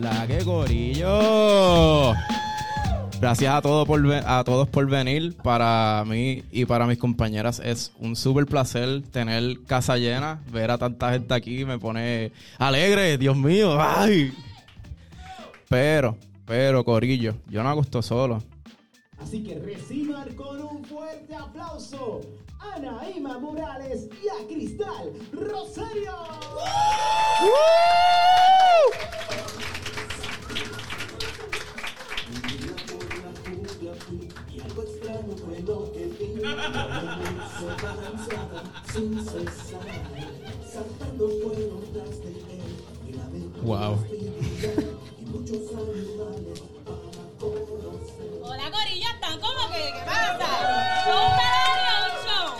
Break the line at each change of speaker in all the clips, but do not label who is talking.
Dague Gorillo. Gracias a todos por ve- a todos por venir. Para mí y para mis compañeras es un súper placer tener casa llena, ver a tanta gente aquí me pone alegre, Dios mío. Ay. Pero, pero Corillo, yo no hago esto solo.
Así que reciban con un fuerte aplauso a Naima Morales y a Cristal Rosario.
Wow.
Hola, Corillo, están como que, ¿qué pasa? Un show,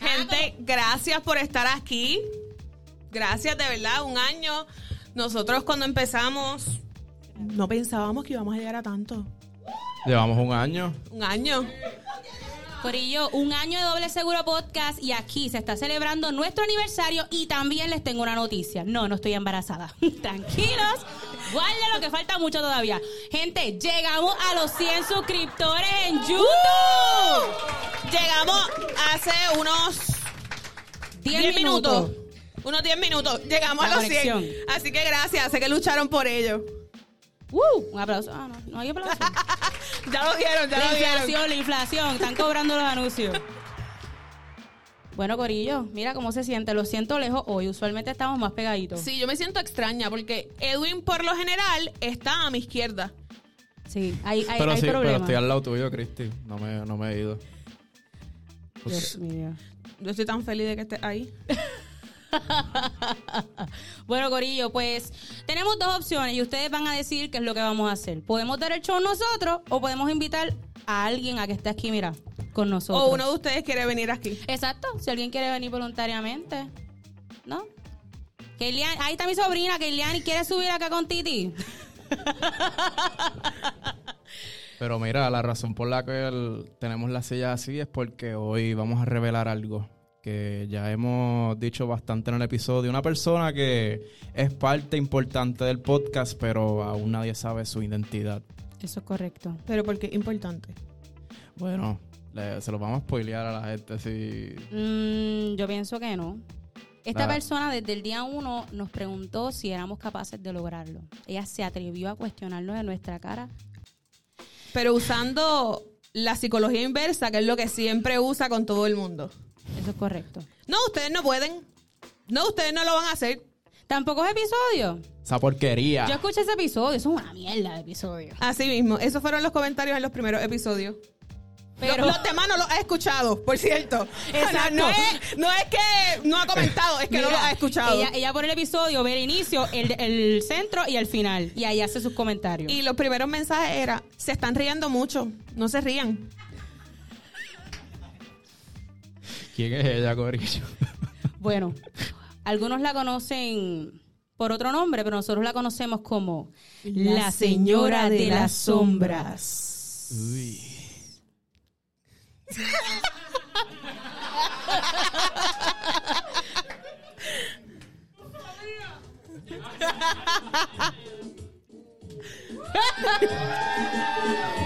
Gente, gracias por estar aquí. Gracias, de verdad, un año. Nosotros cuando empezamos no pensábamos que íbamos a llegar a tanto.
Llevamos un año.
Un año.
Corillo, un año de Doble Seguro Podcast y aquí se está celebrando nuestro aniversario y también les tengo una noticia. No, no estoy embarazada. Tranquilos, guarda lo que falta mucho todavía. Gente, llegamos a los 100 suscriptores en YouTube.
Llegamos hace unos
10
10
minutos.
minutos. Unos 10 minutos. Llegamos
La
a los 100.
conexión.
Así que gracias, sé que lucharon por ello.
Uh, un aplauso. Ah, no, no hay aplauso.
Ya lo dieron, ya
La
lo dieron.
inflación, la inflación. Están cobrando los anuncios. Bueno, Corillo, mira cómo se siente. Lo siento lejos hoy. Usualmente estamos más pegaditos.
Sí, yo me siento extraña porque Edwin por lo general está a mi izquierda.
Sí, hay, hay,
pero
hay
sí, pero
problemas.
estoy al lado tuyo, Cristi. No me, no me he ido.
Dios mío.
Yo estoy tan feliz de que esté ahí.
Bueno, Corillo, pues tenemos dos opciones y ustedes van a decir qué es lo que vamos a hacer. Podemos dar el show nosotros o podemos invitar a alguien a que esté aquí, mira, con nosotros.
O uno de ustedes quiere venir aquí.
Exacto, si alguien quiere venir voluntariamente, ¿no? Keilian, ahí está mi sobrina, Keiliani, ¿quiere subir acá con Titi?
Pero mira, la razón por la que el- tenemos la silla así es porque hoy vamos a revelar algo que ya hemos dicho bastante en el episodio. Una persona que es parte importante del podcast, pero aún nadie sabe su identidad.
Eso es correcto.
Pero porque es importante.
Bueno, le- se lo vamos a spoilear a la gente si...
Mm, yo pienso que no. Esta
Nada.
persona desde el día uno nos preguntó si éramos capaces de lograrlo. Ella se atrevió a cuestionarnos en nuestra cara.
pero usando la psicología inversa, que es lo que siempre usa con todo el mundo.
Eso es correcto.
No, ustedes no pueden. No, ustedes no lo van a hacer.
Tampoco es episodio.
Esa porquería.
Yo escuché ese episodio, eso es una mierda de episodio.
Así mismo, esos fueron los comentarios en los primeros episodios.
Pero-
Los, los demás no los ha escuchado, por cierto.
Exacto.
No, no es, no es que no ha comentado, es que no
Mira,
los ha escuchado.
Ella, ella por el episodio ve el inicio, el, el centro y el final. Y ahí hace sus comentarios.
Y los primeros mensajes eran, se están riendo mucho, no se rían.
¿Quién es ella, Corillo?
Bueno, algunos la conocen por otro nombre, pero nosotros la conocemos como la señora de las sombras.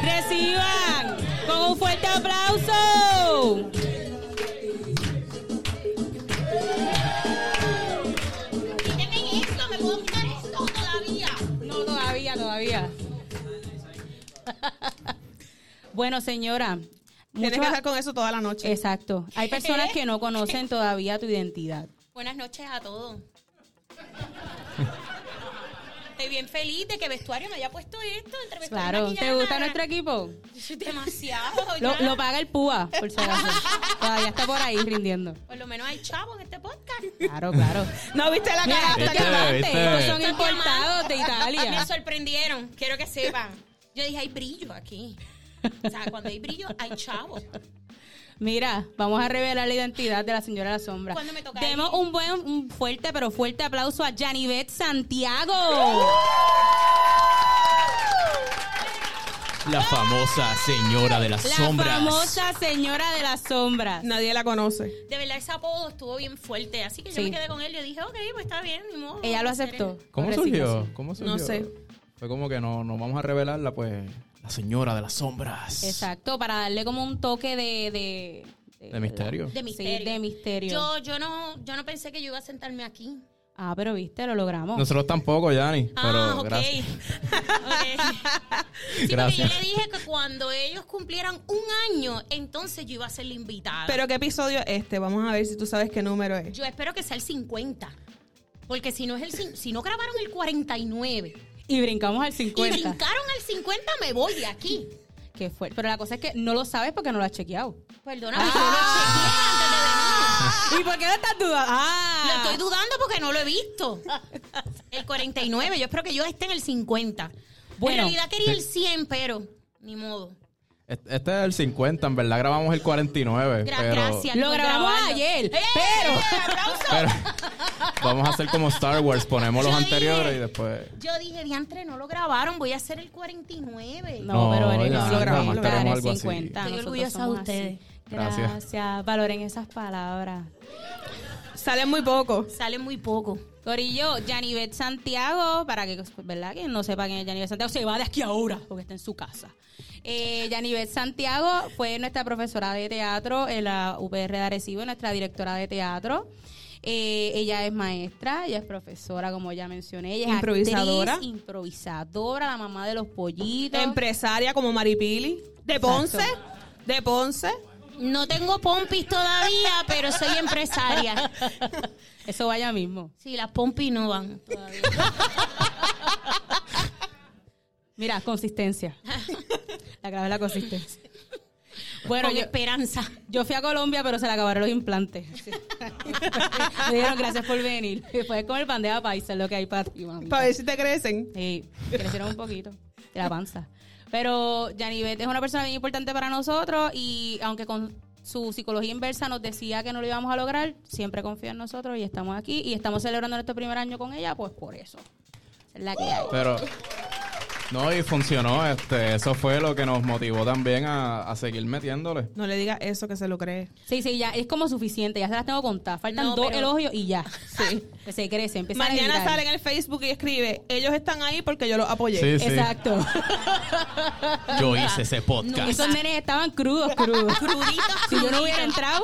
Reciban con un fuerte aplauso. Quíteme esto, me puedo quitar esto todavía. No, todavía, todavía. bueno, señora.
Tienes
muchos-
que estar con eso toda la noche.
Exacto. Hay personas que no conocen todavía tu identidad.
Buenas noches a todos. Estoy bien feliz de que Vestuario me haya puesto esto entre Vestuario y
Claro. ¿Te
Maquillada.
gusta nuestro equipo?
Demasiado.
Lo,
Pues ya.
lo paga el PUA, por si acaso. Todavía está por ahí rindiendo.
Por lo menos hay chavo en este podcast.
Claro, claro.
No viste la
Mira,
cara.
estos
Viste,
diamantes,
viste.
estos son importados de
Me
Italia.
sorprendieron, quiero que sepan. Yo dije, hay brillo aquí. O sea, cuando hay brillo, hay chavo.
Mira, vamos a revelar la identidad de la señora de la sombra.
¿Cuándo me toca
Demos un buen, un fuerte, pero fuerte aplauso a Janivet Santiago.
La famosa señora de las
La
sombras.
famosa señora de las sombras.
Nadie la conoce.
De verdad, ese apodo estuvo bien fuerte. Así que yo
Sí.
me quedé con él y yo dije, ok, pues está bien, ni modo.
Ella lo
vamos a hacer
aceptó.
el-
¿Cómo
Con
surgió?
resignación.
¿Cómo surgió?
No sé.
Fue como que no, no vamos a revelarla, pues. La señora de las sombras.
Exacto, para darle como un toque de... De,
De misterio.
De
Sí,
misterio.
de misterio.
Yo, yo, no, yo no pensé que yo iba a sentarme aquí.
Ah, pero viste, lo logramos.
Nosotros tampoco, Yanni. Pero
ah, ok.
gracias.
Ok. Sí,
Gracias.
porque yo le dije que cuando ellos cumplieran un año, entonces yo iba a ser la invitada.
Pero ¿qué episodio es este? Vamos a ver si tú sabes qué número es.
yo espero que sea el 50. Porque si no es el cin- si no grabaron el 49
Y brincamos al
y
50.
brincaron al 50, me voy de aquí.
Qué fuerte. Pero la cosa es que no lo sabes porque no lo has chequeado.
Perdóname, yo lo chequeé antes de venir.
¿Y por qué no estás dudando? Ah.
Lo estoy dudando porque no lo he visto. El 49, yo espero que yo esté en el 50.
Bueno.
en realidad quería el 100, pero ni modo.
Este este es el 50, en verdad grabamos el 49.
Gra-
pero,
gracias.
Lo
por
grabamos
grabarlo.
ayer,
¡Eh!
pero-
¡Aplauso!
pero vamos a hacer como Star Wars, ponemos los
Yo dije-
anteriores y después.
Yo dije, diantre, no lo grabaron, voy a hacer el 49.
No, pero
No,
Eric,
ya,
no, lo grabamos,
jamás
lo grabamos
tenemos algo
en
así.
50.
Estoy
nosotros
orgullosa de
somos
ustedes.
así.
Gracias.
Gracias. Valoren esas palabras.
Salen muy poco.
Sale muy poco.
Corillo, Yanivet Santiago, para que, ¿verdad? Que no sepa quién es Yanivet Santiago, se va de aquí ahora, porque está en su casa. Eh, Yanivet Santiago fue nuestra profesora de teatro en la UPR de Arecibo, nuestra directora de teatro. Eh, ella es maestra, ella es profesora, como ya mencioné, ella es
Improvisadora.
actriz, improvisadora, la mamá de los pollitos.
Empresaria como Maripili. De Ponce. De Ponce.
No tengo pompis todavía, pero soy empresaria.
Eso vaya mismo.
Sí, las pompis no van todavía.
Mira, consistencia. La clave es la consistencia. Bueno,
Con
yo,
esperanza.
yo fui a Colombia, pero se le acabaron los implantes. Me dijeron gracias por venir. Después con el bandeja paisa, es lo que hay para ti, mamita.
Para ver si te crecen.
Sí, crecieron un poquito de la panza. Pero Yanivet es una persona bien importante para nosotros y aunque con su psicología inversa nos decía que no lo íbamos a lograr, siempre confía en nosotros y estamos aquí y estamos celebrando nuestro primer año con ella, pues por eso. Esa Es la que hay.
Pero. No, y funcionó. Este, eso fue lo que nos motivó también a, a seguir metiéndole.
No le digas eso que se lo cree.
Sí, sí, ya es como suficiente, ya se las tengo contadas. Faltan
No,
dos
pero-
elogios y ya. Sí. Que se crece, empieza a
Mañana
gritar.
sale en el Facebook y escribe, ellos están ahí porque yo los apoyé.
Sí, sí.
Exacto.
Yo hice ese podcast.
Esos nenes estaban crudos, crudos.
Cruditos,
Si yo no
cruditos.
hubiera entrado,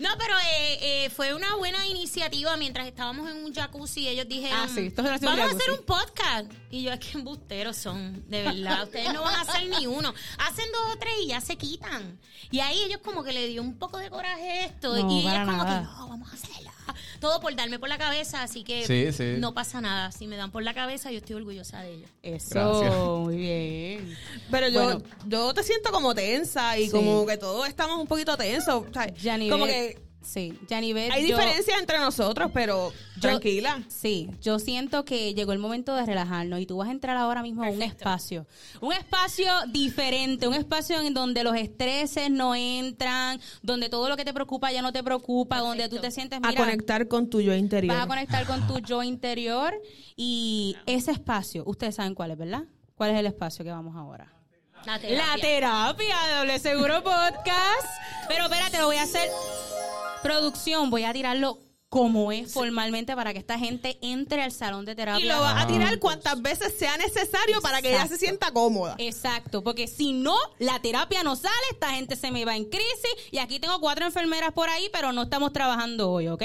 No, pero eh, eh, fue una buena iniciativa mientras estábamos en un jacuzzi. Ellos dijeron,
Ah, sí, esto es
vamos
relación
a
jacuzzi".
hacer un podcast. Y yo, es que embusteros son, de verdad. Ustedes no van a hacer ni uno. Hacen dos o tres y ya se quitan. Y ahí ellos como que le dio un poco de coraje esto.
No,
y ellos
para
como
nada.
que, no, vamos a hacerla. Todo por darme por la cabeza, así que
Sí, sí.
no pasa nada. Si me dan por la cabeza, yo estoy orgullosa de ellos.
eso,
Gracias.
Oh, muy bien.
Pero yo,
Bueno.
yo te siento como tensa y
Sí.
como que todos estamos un poquito tensos. o sea,
Yanivet,
como que
Sí, Yanivet.
hay
yo-
diferencias entre nosotros, pero tranquila.
Sí, yo siento que llegó el momento de relajarnos y tú vas a entrar ahora mismo a un espacio, un espacio diferente, un espacio en donde los estreses no entran, donde todo lo que te preocupa ya no te preocupa, donde tú te sientes
A
mira,
conectar con tu yo interior.
vas a conectar con tu yo interior y ese espacio, ustedes saben cuál es, ¿verdad? ¿Cuál es el espacio que vamos ahora?
La terapia.
La terapia de Doble Seguro Podcast. Pero espérate, lo voy a hacer. Producción, voy a tirarlo como es formalmente para que esta gente entre al salón de terapia.
y lo vas a tirar cuantas veces sea necesario para que ella se
Exacto.
sienta cómoda.
Exacto, porque si no, la terapia no sale, esta gente se me va en crisis y aquí tengo cuatro enfermeras por ahí, pero no estamos trabajando hoy, ¿ok?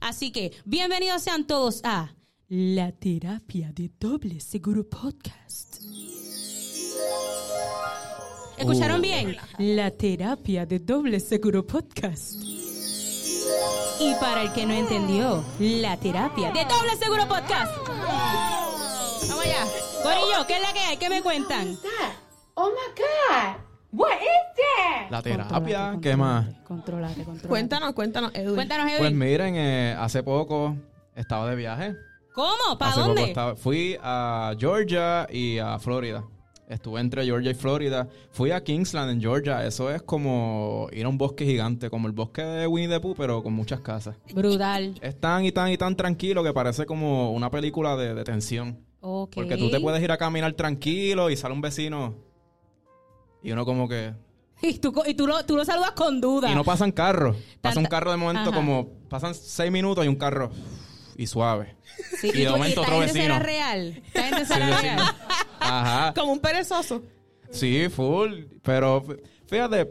Así que bienvenidos sean todos a la terapia de doble seguro podcast. ¿Escucharon bien? La terapia de doble seguro podcast. Y para el que no entendió, la terapia de doble seguro podcast. Vamos allá. Corillo, ¿qué es la que hay? ¿Qué me cuentan?
Oh my god! What is that?
La terapia, Ah, ¿qué más?
Controlate, controlate.
Cuéntanos, cuéntanos, Edwin.
Cuéntanos,
Pues
Edwin.
miren, eh, hace poco estaba de viaje.
¿Cómo? ¿Para
Hace
dónde?
poco estaba- fui a Georgia y a Florida. Estuve entre Georgia y Florida. Fui a Kingsland en Georgia. Eso es como ir a un bosque gigante, como el bosque de Winnie the Pooh, pero con muchas casas.
Brutal.
Es tan y tan y tan tranquilo que parece como una película de, de tensión.
Ok.
Porque tú te puedes ir a caminar tranquilo y sale un vecino. Y uno como que...
Y tú, co- y tú lo, tú lo saludas con duda.
Y no pasan carros. Pasa
Tanta-
un carro de momento
Ajá.
como... Pasan seis minutos y un carro... Y suave.
Sí,
y de
tú-
momento
esta
otro
gente será
vecino.
real. Esta gente
Sí,
será
sí.
real.
Ajá.
Como un perezoso.
Sí, full. Pero f- fíjate,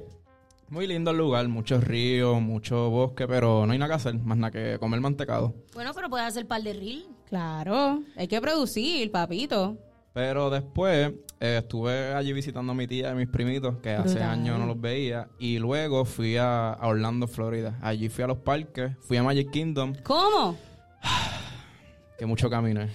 muy lindo el lugar, muchos ríos, mucho bosque, pero no hay nada que hacer, más nada que comer mantecado.
Bueno, pero puedes hacer par de reel.
Claro, hay que producir, papito.
Pero después eh, estuve allí visitando a mi tía y mis primitos, que hace
Brutal.
años no los veía, y luego fui a, a Orlando, Florida. Allí fui a los parques, fui a Magic Kingdom,
¿Cómo?
que mucho caminé,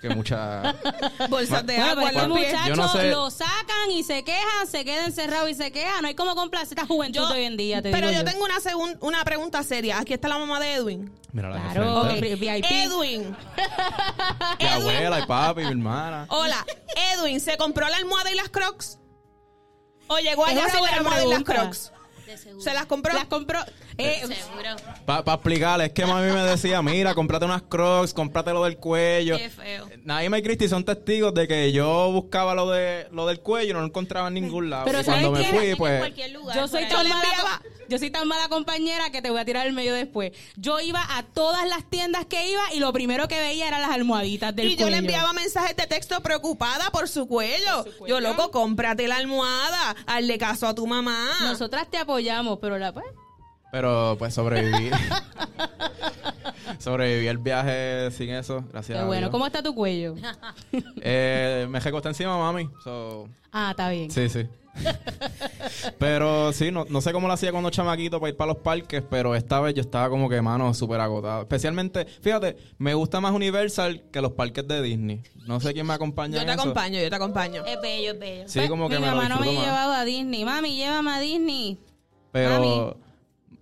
que mucha...
Bolsas de
Bueno,
agua
pero
en
estos
los pies.
Yo
muchachos
no sé.
lo sacan y se quejan, se quedan encerrados y se quejan. No hay como complacer esta juventud
Yo-
de hoy en día, te
pero
digo
yo, tengo una, segun- una pregunta seria. Aquí está la mamá de Edwin.
Mira la
Claro,
frente.
ok. VIP.
Edwin.
Mi abuela, y papi, mi hermana.
Hola. Edwin, ¿se compró la almohada y las crocs? ¿O llegó
Es
allá
una
sin la
buena
almohada y las
pregunta.
crocs?
De seguro.
¿Se las compró?
Las compró. eh,
Seguro.
Para explicarles, es que mami me decía, mira, cómprate unas crocs, cómprate lo del cuello.
Qué feo.
Naima y Cristi son testigos de que yo buscaba lo de lo del cuello y no lo encontraba en ningún lado.
Pero
y cuando me
¿sabes qué?
fui,
En
pues.
cualquier lugar,
yo soy
por ahí.
tan mala,
enviaba-
yo soy tan mala compañera que te voy a tirar el medio después. Yo iba a todas las tiendas que iba y lo primero que veía eran las almohaditas del
y yo le
cuello.
enviaba mensajes de texto preocupada por su cuello. Yo, loco, cómprate la almohada. Hazle caso a tu mamá.
Nosotras te apoyamos, pero la pues,
Pero pues sobreviví. sobreviví el viaje sin eso, gracias
qué
a
bueno,
Dios.
¿cómo está tu cuello?
Eh, me recosté encima, mami. so,
Ah, está bien.
sí, sí. pero sí, no, no sé cómo lo hacía cuando chamaquito para ir para los parques, pero esta vez yo estaba como que, mano, súper agotado. Especialmente, fíjate, me gusta más Universal que los parques de Disney. No sé quién me acompaña
Yo
en
te
eso.
acompaño, yo te acompaño.
Eh,
Es bello, es bello.
Sí, como que
Pues, Mi
me lo
mamá no me ha
disfruto más.
llevado a Disney. Mami, llévame a Disney.
Pero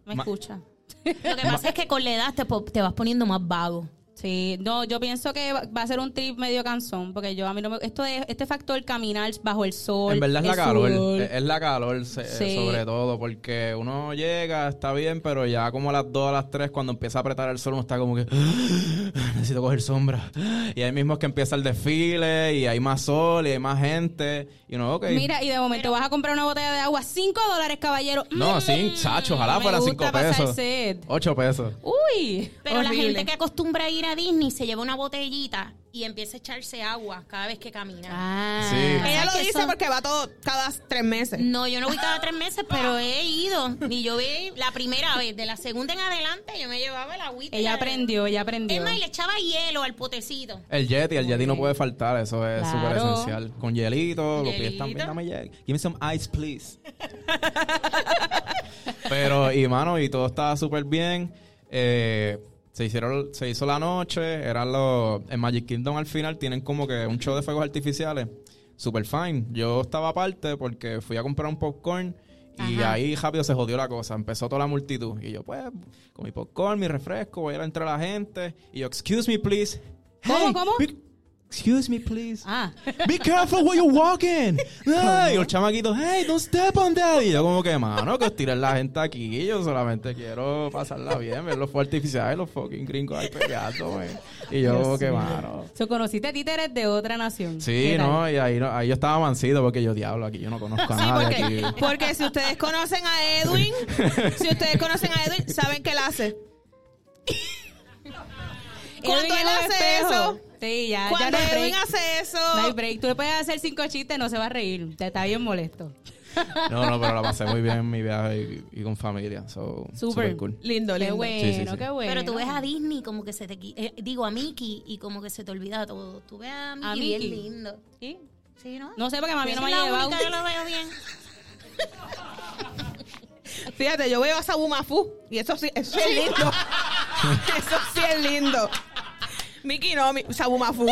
Me
Ma-
escucha.
Lo que pasa es que con la edad te, po- te vas poniendo más vago.
Sí, no, yo pienso que va va a ser un trip medio cansón, porque yo a mí no me, esto de, este factor caminar bajo el sol.
en verdad es la
el
calor,
sudor.
es es la calor se- eh,
Sí.
sobre todo, porque uno llega, está bien, pero ya como a las 2, a las 3, cuando empieza a apretar el sol, uno está como que "Ah, necesito coger sombra. Y ahí mismo es que empieza el desfile y hay más sol y hay más gente. Y uno, ok.
Mira, y de momento vas a comprar una botella de agua, 5 dólares, caballero.
no,
Mm,
sí, chacho, ojalá
me
fuera
gusta
5
pasar
pesos.
sed.
8 pesos.
Uy,
Pero la
Horrible.
gente que acostumbra a ir a Disney se lleva una botellita y empieza a echarse agua cada vez que camina.
Ah.
Sí.
Ella lo
que
dice
son-
porque va todo cada tres meses.
Mm,
No, yo no voy cada tres meses, pero he ido. Y yo vi la primera vez, de la segunda en adelante, yo me llevaba el agüita.
Ella aprendió, ella aprendió.
Es más, y le echaba hielo al potecito.
El Yeti, el Yeti no puede faltar, eso es
Claro.
súper esencial. Con hielito, los pies
Hielito.
también. Dame hiel. Give me some ice, please. Pero, y mano, y todo estaba súper bien. Eh, se, hicieron, se hizo la noche, eran los... En Magic Kingdom al final tienen como que un show de fuegos artificiales. Super fine. Yo estaba aparte porque fui a comprar un popcorn y ahí rápido se jodió la cosa. Empezó toda la multitud. Y yo, pues, con mi popcorn, mi refresco, voy a ir entre la gente. Y yo, excuse me, please.
¿Cómo, cómo?
be- excuse me, please.
Ah,
Be careful where you're walking. Ay, y el chamaquito, hey, don't step on that. Y yo como que, mano, que os tiren la gente aquí. Yo solamente quiero pasarla bien, ver los fuegos artificiales, los fucking gringos ahí peleando, Y yo como que, mano.
so, conociste a títeres de otra nación.
Sí,
¿Qué tal?
no, y ahí, no- ahí yo estaba mansito porque yo, diablo, aquí yo no conozco a
Sí,
nadie.
porque,
Ah, aquí.
porque si ustedes conocen a Edwin, si ustedes conocen a Edwin, saben que él hace. Cuando
Edwin
él
es un
hace
espejo.
eso,
Sí, Ah, ya, ya no
cuando
hay
Edwin
break.
hace eso,
No hay break. Tú le puedes hacer cinco chistes, no se va a reír. Te está bien molesto.
No, no, pero la pasé muy bien en mi viaje y, y con familia. So,
Súper.
super cool.
lindo,
Qué
lindo.
bueno,
Sí, sí, sí.
qué bueno.
Pero tú ves a Disney como que se te... qui- eh, digo, a Mickey y como que se te olvida todo. Tú ves a Mickey,
¿A Mickey?
bien lindo.
Sí.
Sí, ¿no?
No sé, porque mami no
Esa
me
es
ha
la
llevado.
única que lo veo bien.
Fíjate, yo veo a Sabumafu y eso sí, eso sí es lindo. eso sí es lindo. Miki no, mi- Sabumafu.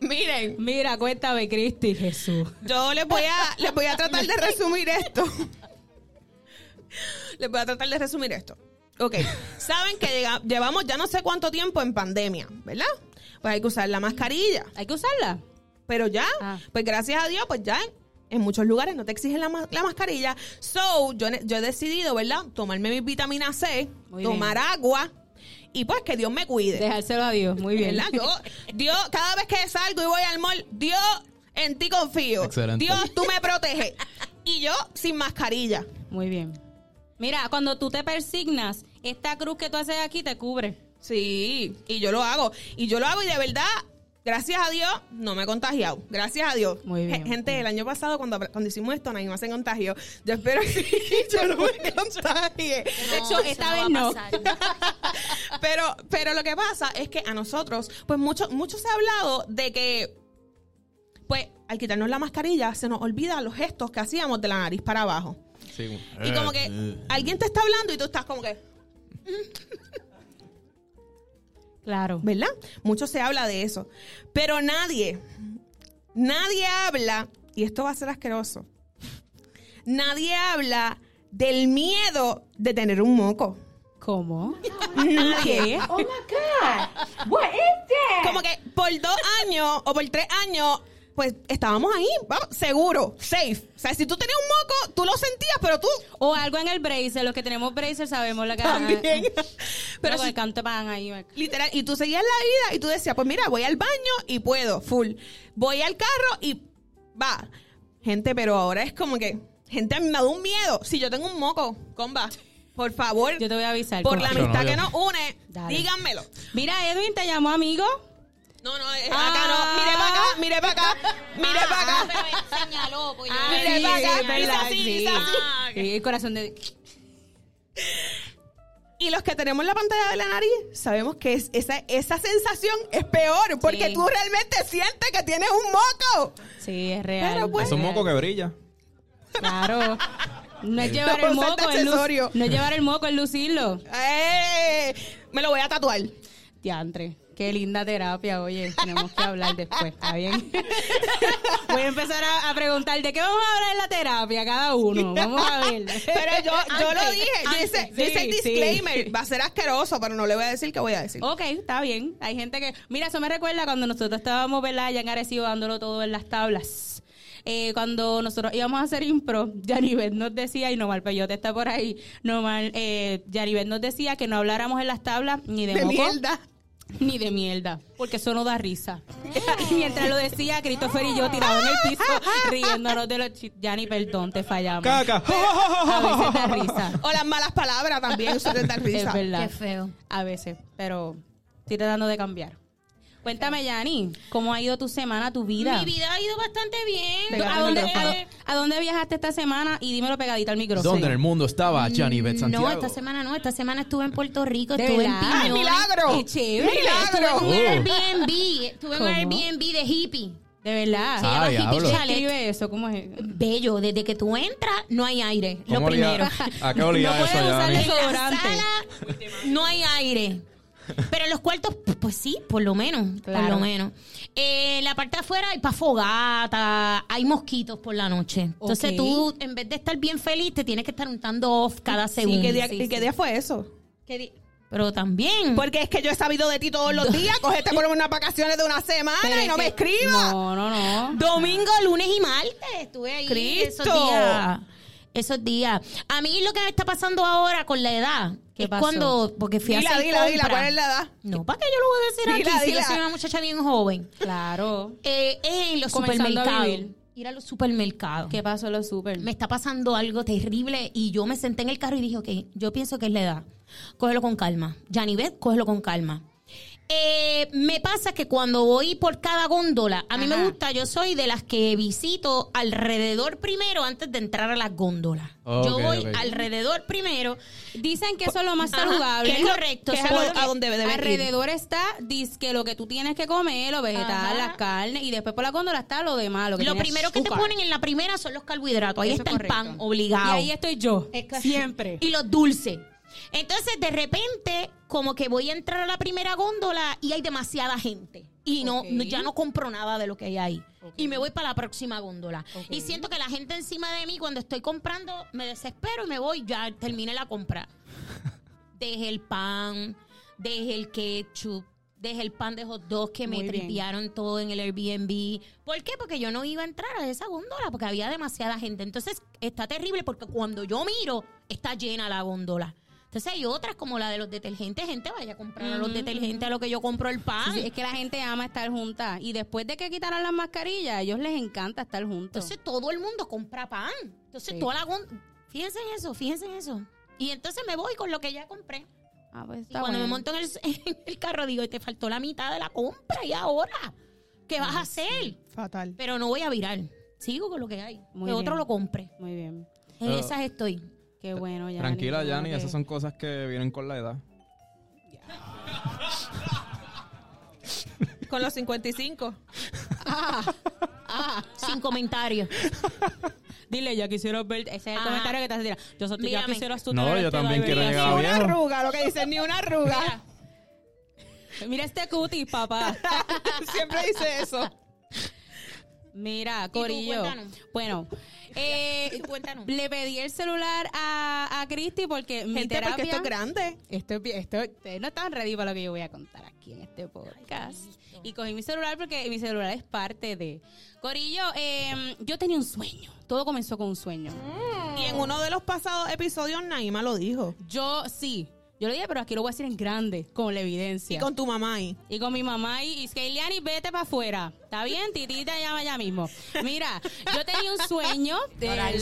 Miren,
Mira, cuéntame, Cristi, Jesús.
Yo les voy a, les voy a tratar de resumir esto. Les voy a tratar de resumir esto. Ok, saben que llega- llevamos ya no sé cuánto tiempo en pandemia, ¿verdad? Pues hay que usar la mascarilla.
Hay que usarla.
Pero ya,
Ah.
pues gracias a Dios, pues ya en, en muchos lugares no te exigen la, ma- la mascarilla. So, yo, ne- yo he decidido, ¿verdad? Tomarme mi vitamina C,
Muy
tomar agua y pues que Dios me cuide.
Dejárselo a Dios. Muy bien.
¿Verdad? Yo, Dios, cada vez que salgo y voy al mall, Dios, en ti confío.
Excelente.
Dios, tú me proteges. Y yo sin mascarilla.
Muy bien. Mira, cuando tú te persignas, esta cruz que tú haces aquí te cubre.
Sí, y yo lo hago. Y yo lo hago y de verdad, gracias a Dios, no me he contagiado. Gracias a Dios.
Muy bien.
Je- Gente, el año pasado cuando, cuando hicimos esto, nadie más se contagió. Yo espero que yo no me contagie.
De hecho, esta vez no.
Pero, pero lo que pasa es que a nosotros, pues mucho, mucho se ha hablado de que, pues, al quitarnos la mascarilla, se nos olvidan los gestos que hacíamos de la nariz para abajo.
Sí.
Y como
Eh,
que alguien te está hablando y tú estás como que.
Claro.
¿verdad? Mucho se habla de eso. Pero nadie, nadie habla, y esto va a ser asqueroso, nadie habla del miedo de tener un moco.
¿Cómo?
Nadie.
Oh my God. What is that?
Como que por dos años o por tres años, pues estábamos ahí, vamos, seguro, safe. O sea, si tú tenías un moco, tú lo sentías, pero tú
O algo en el bracer. Los que tenemos bracer sabemos la que
también.
Pero
Pero
con
si
el canto van ahí. me-
Literal, y tú seguías la vida y tú decías, pues mira, voy al baño y puedo, full. Voy al carro y va. Gente, pero ahora es como que, gente, a mí me da un miedo. Si yo tengo un moco, comba, por favor,
Yo te voy a avisar.
por
compa.
la
Yo no,
amistad
yo
que
no.
nos une,
Dale.
díganmelo.
Mira, Edwin, ¿te llamó amigo?
No, no, eh,
Ah.
acá no, mire para acá, mire para acá, mire para
Ah,
acá.
pero él señaló, pues yo-
Ah,
Mire
sí,
pa' acá,
es verdad,
hizo así,
sí.
hizo así. Ah, ok.
Sí, el corazón de...
Y los que tenemos la pantalla de la nariz, sabemos que es- esa, esa sensación es peor, porque
Sí.
tú realmente sientes que tienes un moco.
Sí, es real.
Pero, pues,
Es un moco que brilla.
Claro. No es llevar
No
el
puedo usar
moco,
este
es lu-
accesorio.
no es llevar el moco, es lucirlo.
¡Eh! Me lo voy a tatuar.
Diantre, qué linda terapia, oye, tenemos que hablar después, ¿está bien? Voy a empezar a, a preguntar de qué vamos a hablar en la terapia cada uno, vamos a ver.
Pero yo, yo lo
Antes,
dije, yo hice,
antes.
yo hice el
Sí, Oh, sí.
disclaimer. Va a ser asqueroso, pero no le voy a decir qué voy a decir.
Ok, está bien. Hay gente que. Mira, eso me recuerda cuando nosotros estábamos, ¿verdad? Allá en Arecibo dándolo todo en las tablas. Eh, cuando nosotros íbamos a hacer impro, Yanivet nos decía, y Nomar Peyote está por ahí, Nomar, eh, Yanivet nos decía que no habláramos en las tablas ni de,
de
moco,
mierda.
ni de mierda, porque eso no da risa. y mientras lo decía, Christopher y yo tirados en el piso, riéndonos de los chistes. Yani, perdón, te fallamos.
Caca.
A veces da risa.
O las malas palabras también, eso te da
Es
risa.
verdad.
Qué feo.
A veces, pero estoy tratando de cambiar. Cuéntame, Yani, ¿cómo ha ido tu semana, tu vida?
Mi vida ha ido bastante bien.
Pégate
¿A
¿A
el
dónde
dónde,
micrófono.
eh,
a- a dónde viajaste esta semana? Y dímelo pegadito al micrófono.
¿Dónde en el mundo estaba Johnny Bet Santiago?
No, esta semana no, esta semana estuve en Puerto Rico,
¿De
estuve en
verdad?
Piñones.
¡Ay, Ah, milagro!
Qué chévere.
Estuve en
¡Milagro!
Oh.
un Airbnb, estuve en un
¿Cómo?
Airbnb de hippie.
De verdad.
Se llama
Ah, diablo.
Hippie Chalet.
Escribe eso, ¿cómo es?
Bello, desde que tú entras no hay aire, lo
¿Cómo olía-
primero.
¿A qué olía
No
eso,
puedes usar
Yanni?
eso.
En la
Desodorante.
sala no hay aire. Pero en los cuartos, p- pues sí, por lo menos.
Claro.
Por lo menos. Eh, la parte de afuera hay pa' fogata, hay mosquitos por la noche. Entonces
Ok.
tú, en vez de estar bien feliz, te tienes que estar untando off cada segundo.
¿Y qué, día,
Sí,
y qué
sí.
día fue eso?
¿Qué di- Pero
Mm.
también.
Porque es que yo he sabido de ti todos los días. Cogete por unas vacaciones de una semana
Pero
y
es
no me
que-
escribas.
No, no, no.
Domingo, lunes y martes estuve ahí.
¡Cristo!
Esos días. Esos días. A mí lo que me está pasando ahora con la edad,
¿Qué
que es
pasó?
cuando. Porque fui a
Dila,
hacer
dila, dila,
compra.
¿cuál es la edad?
No, ¿para qué yo lo voy a decir
Dila,
aquí? Si
dila.
yo soy una muchacha bien joven.
Claro.
Eh, eh, en los
Comenzando a
supermercados.
vivir.
Ir a los supermercados.
¿Qué pasó en los super?
Me está pasando algo terrible y yo me senté en el carro y dije, ok, yo pienso que es la edad. Cógelo con calma. Janivet, cógelo con calma. Eh, me pasa que cuando voy por cada góndola, a mí
Ajá.
me gusta, yo soy de las que visito alrededor primero antes de entrar a las góndolas. yo
Ok,
voy
ok.
alrededor primero.
Dicen que eso es lo más
Ajá,
saludable.
que es correcto,
Que es
eso es
algo
a donde
que
deben ir.
Alrededor está, dice que lo que tú tienes que comer, los vegetales,
Ajá.
las carnes, y después por la góndola está lo demás. Lo, que
Lo
tiene
primero que te
azúcar.
ponen en la primera son los carbohidratos. Ahí
Eso
está
es correcto.
el pan obligado.
Y ahí estoy yo.
Es que-
Siempre.
Y los dulces. Entonces, de repente, como que voy a entrar a la primera góndola y hay demasiada gente. Y no,
Ok.
no- ya no compro nada de lo que hay ahí. Y me voy para la próxima góndola. Y siento que la gente encima de mí, cuando estoy comprando, me desespero y me voy. Ya terminé la compra. Dejé el pan, dejé el ketchup, dejé el pan de hot dog que me
Muy bien.
tripearon todo en el Airbnb. ¿Por qué? Porque yo no iba a entrar a esa góndola porque había demasiada gente. Entonces está terrible porque cuando yo miro, está llena la góndola. Entonces hay otras como la de los detergentes. Gente, vaya a comprar a los detergentes a lo que yo compro el pan.
Sí, es que la gente ama estar junta. Y después de que quitaron las mascarillas, a ellos les encanta estar juntos.
Entonces todo el mundo compra pan. Entonces toda la... gon- Fíjense en eso, fíjense en eso. Y entonces me voy con lo que ya compré.
Ah, pues
Y
está
cuando me
bueno.
monto en el, en el carro digo, te faltó la mitad de la compra y ahora, ¿qué vas a hacer?
Fatal.
Pero no voy a virar, sigo con lo que hay,
Muy
que
bien.
otro lo compre.
Muy bien.
En
Ah.
esas estoy.
Qué bueno, Yanni.
Tranquila,
Qué bueno
Yanni,
que-
esas son cosas que vienen con la edad.
Con los 55.
Sin comentarios.
Dile, yo quisiera ver... Ese es el
Ajá.
comentario que te hace tirar. Yo, soy- yo
Mírame.
quisiera
No, yo
este
también quiero
Ni
llegar
Ah,
a
una
viejo.
arruga, lo que dicen, ni una arruga.
Mira este cutis, papá.
Siempre dice eso.
Mira, Corillo.
cuéntanos.
Bueno, eh,
cuéntanos.
le pedí el celular a, a Cristi porque mi
Gente, porque
terapia-
esto es grande.
Esto, es bien- esto- ustedes no están ready para lo que yo voy a contar aquí en este podcast. y cogí mi celular porque mi celular es parte de. Corillo, eh, yo tenía un sueño. Todo comenzó con un sueño.
Y en uno de los pasados episodios Naima lo dijo.
Yo sí. Yo lo dije, pero aquí lo voy a decir en grande, con la evidencia.
Y con tu mamá ahí.
Y con mi mamá y, y Keiliani, vete para afuera. ¿Está bien? Titita llama ya mismo. Mira, yo tenía un sueño. De verdad.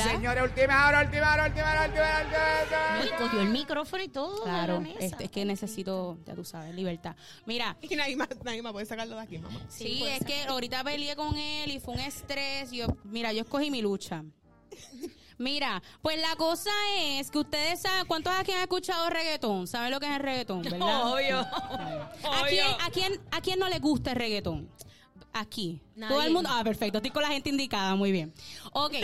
Y cogió el micrófono y todo de la
Claro,
mesa.
este, es que necesito, ya tú sabes, libertad. Mira,
Y Naima, Naima, puedes sacarlo de aquí, mamá.
Sí, es que ahorita peleé con él y fue un estrés. Yo, mira, yo escogí mi lucha. Mira, pues la cosa es que ustedes saben, ¿cuántos aquí han escuchado reggaetón? ¿Saben lo que es el reggaetón, verdad?
Obvio.
¿A quién, a, quién, ¿A quién no le gusta el reggaetón? Aquí.
Nadie.
Todo el mundo. Ah, perfecto. Estoy con la gente indicada. Muy bien. Ok.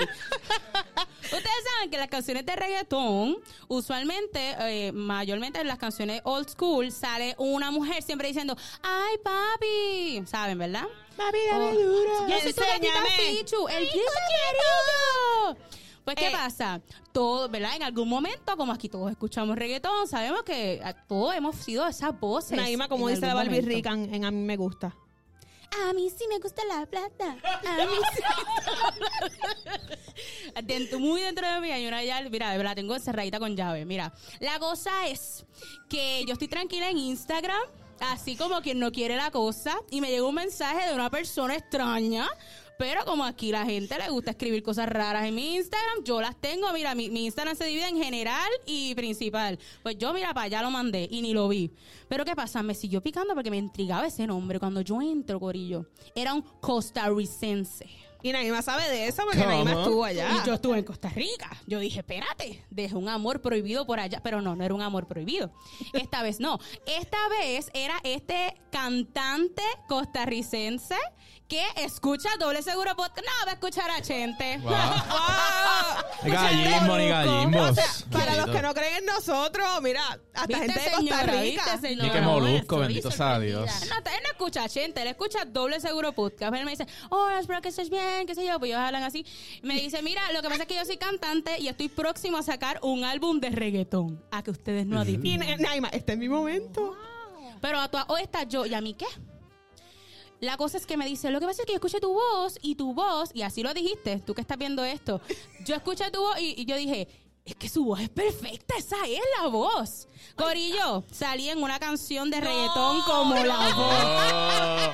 Ustedes saben que las canciones de reggaetón, usualmente, eh, mayormente en las canciones old school, sale una mujer siempre diciendo, ¡Ay, papi! ¿Saben, verdad?
Papi,
Oh, Yo soy tu gatita
Enséñame.
Pichu, el chico querido. Pues, ¿qué
Eh.
pasa? Todo, ¿verdad? En algún momento, como aquí todos escuchamos reggaetón, sabemos que a- todos hemos sido esas voces.
Naima, como
en
dice la
algún
Barbie
momento.
Rican, en A mí me gusta.
A mí sí me gusta la plata. A mí sí Dentro- muy dentro de mí hay una llave. Mira, la tengo cerradita con llave. Mira, la cosa es que yo estoy tranquila en Instagram, así como quien no quiere la cosa, y me llega un mensaje de una persona extraña. Pero como aquí la gente le gusta escribir cosas raras en mi Instagram, yo las tengo. Mira, mi, mi Instagram se divide en general y principal. Pues yo, mira, para allá lo mandé y ni lo vi. Pero ¿qué pasa? Me siguió picando porque me intrigaba ese nombre. Cuando yo entro, Corillo, era un costarricense.
Y Naima sabe de eso porque
¿Cómo?
Naima estuvo allá.
Y yo estuve en Costa Rica. Yo dije, espérate, dejé un amor prohibido por allá. Pero no, no era un amor prohibido. Esta vez no. Esta vez era este cantante costarricense que escucha Doble Seguro Podcast. No, va a escuchar a gente.
Wow.
¡Wow!
Ah,
Gallimbo ni gallimbo.
O sea, para los que no creen en nosotros, mira, hasta
¿Viste,
gente de Costa
señora?
Rica.
Ni
¿Viste, señora?
que
No,
molusco,
estoy
bendito sea
sorprendida.
Dios.
No, él no escucha gente, él escucha doble seguro podcast. Él me dice, hola, espero que estés bien, qué sé yo, pues ellos hablan así. Me dice, mira, lo que pasa es que yo soy cantante y estoy próximo a sacar un álbum de reggaetón. A que ustedes no
Y
adivinen.
Na- Naima, este es mi momento.
Pero a tu hoy está yo, ¿y a mí qué? La cosa es que me dice, lo que pasa es que yo escuché tu voz y tu voz, y así lo dijiste, tú que estás viendo esto. Yo escuché tu voz y, y yo dije, es que su voz es perfecta, esa es la voz. Corillo, salí en una canción de reggaetón como la voz.
Oh,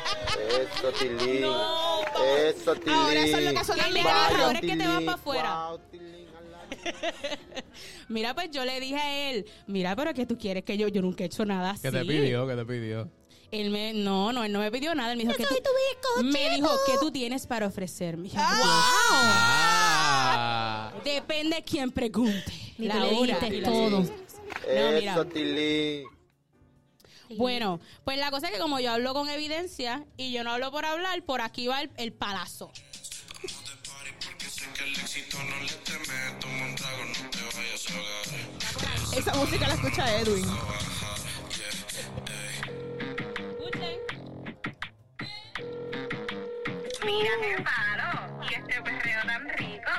Eso, Tilín. Eso, Tilín.
Ahora son los que son
Dile,
Vaya,
ahora es que te vas para afuera.
Wow, Tilín, al lado.
Mira, pues yo le dije a él, mira, pero que tú quieres que yo, yo nunca he hecho nada así.
¿Qué te pidió? ¿Qué te pidió?
Él me, no, no, él no me pidió nada. Él me dijo, que tú, me dijo, ¿qué tú tienes para ofrecerme? Y yo,
Ah.
Ah.
"Wow". Pues, Depende quién pregunte.
Ni
la
tú le
hora
dijiste
y la
todo.
circunstancia. No, mira.
Eso, Tilín.
Bueno, pues la cosa es que como yo hablo con evidencia y yo no hablo por hablar, por aquí va el, el palazo.
Porque sé que el éxito no le teme. Toma un trago, no te vayas a ahogar.
Esa música la escucha Edwin.
Mira qué paro. Y este perreo tan rico.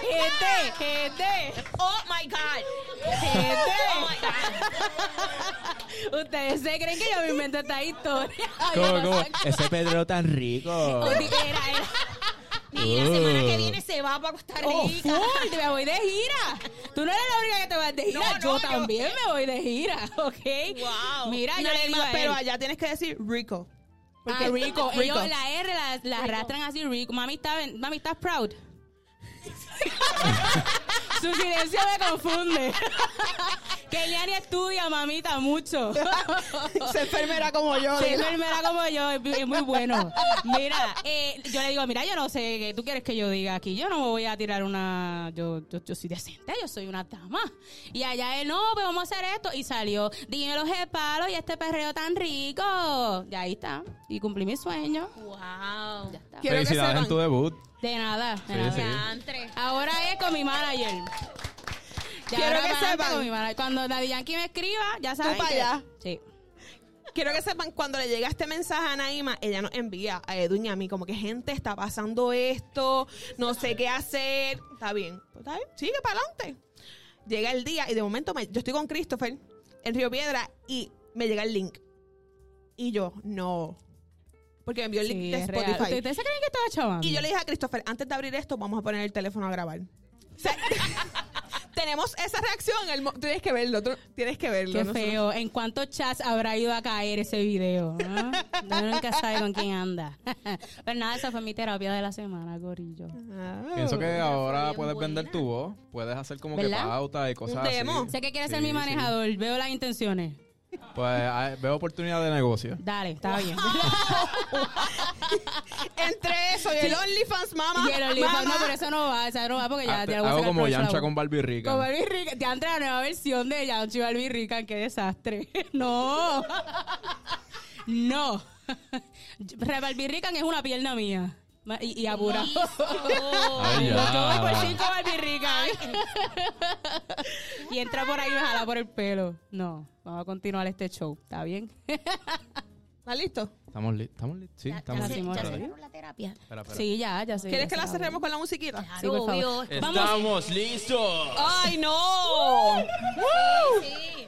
Gente, gente,
Oh my God.
gente.
Oh my God.
Ustedes se creen que yo me invento esta historia. Yo
¿Cómo,
no
cómo?
sé
Ese Pedro tan rico.
Era, era.
Y
Uh.
la semana que viene se va para Costa
Oh,
Rica.
full, me voy de gira. Tú no eres la única que te vas de gira.
No, no,
yo
yo-
también me voy de gira, ¿ok?
Wow.
Mira, yo
Nada
le digo a
más,
él,
pero allá tienes que decir rico.
porque rico,
rico.
ellos la R la, la arrastran así, rico. Mami, está- mami, ¿estás proud? Su silencio me confunde. que ya ni estudia, mamita, mucho.
Se enfermera como yo.
Sí,
digo.
enfermera como yo, es es muy bueno. Mira, eh, yo le digo, mira, yo no sé qué tú quieres que yo diga aquí. Yo no me voy a tirar una. Yo, yo, yo soy decente, yo soy una dama. Y allá él, no, pues vamos a hacer esto. Y salió, dime los palos y este perreo tan rico. Y ahí está. Y cumplí mi sueño.
Wow. Ya está.
Quiero que
Felicidades en
sepan.
tu debut.
De nada,
Sí,
de nada.
sí.
Diantre.
Ahora es con mi manager. Ya
Quiero
ahora
que
para adelante
sepan.
con mi manager. Cuando Daddy Yankee me escriba, ya saben.
para
que-
allá.
Sí.
Quiero que sepan, cuando le llega este mensaje a Naima, ella nos envía a Edu y a mí, como que gente está pasando esto, no sé qué hacer. Está bien, pues está bien, sigue para adelante. Llega el día y de momento me- yo estoy con Christopher en Río Piedra y me llega el link. Y yo, no. Porque me envió el link
sí
de
es real.
Spotify.
¿Ustedes se creen que estaba chavando?
Y yo le dije a Christopher, antes de abrir esto, vamos a poner el teléfono a grabar. O sea, tenemos esa reacción. el mo- tienes que verlo, tú- tienes que verlo.
Qué
nosotros-
feo. ¿En cuántos chats habrá ido a caer ese video? ah? Uno nunca sabe con quién anda. Pero nada, esa fue mi terapia de la semana, gorillo.
Ah.
Pienso que ahora
bien
puedes vender
buena.
tu voz, puedes hacer como
¿Verdad?
que pautas y cosas
demo.
así.
Sé que quieres ser
Sí,
mi
sí.
manejador. Veo las intenciones.
Pues ah, veo oportunidad de negocio.
Dale, está bien.
Entre eso y el OnlyFans, mamá.
Y el OnlyFans,
mamá.
no, pero eso no va. Esa no va porque ya...
Ah,
ya
te-
le voy a
hago
sacar
como
provecho a la
Yancha
voz.
con Barbie Rica.
Como Barbie Rica. Te entra la nueva versión de Yanchi Barbie Rica. Qué desastre. No. No. Re Barbie Rican es una pierna mía. Ma- Y, y apura.
Ay,
Los dos por
ya.
cinco Barbie Rican. Ah. Y entra por ahí y me jala por el pelo. No, vamos a continuar este show, ¿está bien?
¿Está listo?
Estamos listos. Estamos listos. Sí,
Ya-
estamos
ya
listos.
listos.
se- ya
Espera,
cerraron la terapia.
espera, espera.
Sí, ya, ya sé.
¿Quieres
ya
que
sé,
la
Gaby.
cerremos con la musiquita?
Claro,
Sí, por favor.
obvio.
Estamos listos.
¡Ay, no! ¡Woo!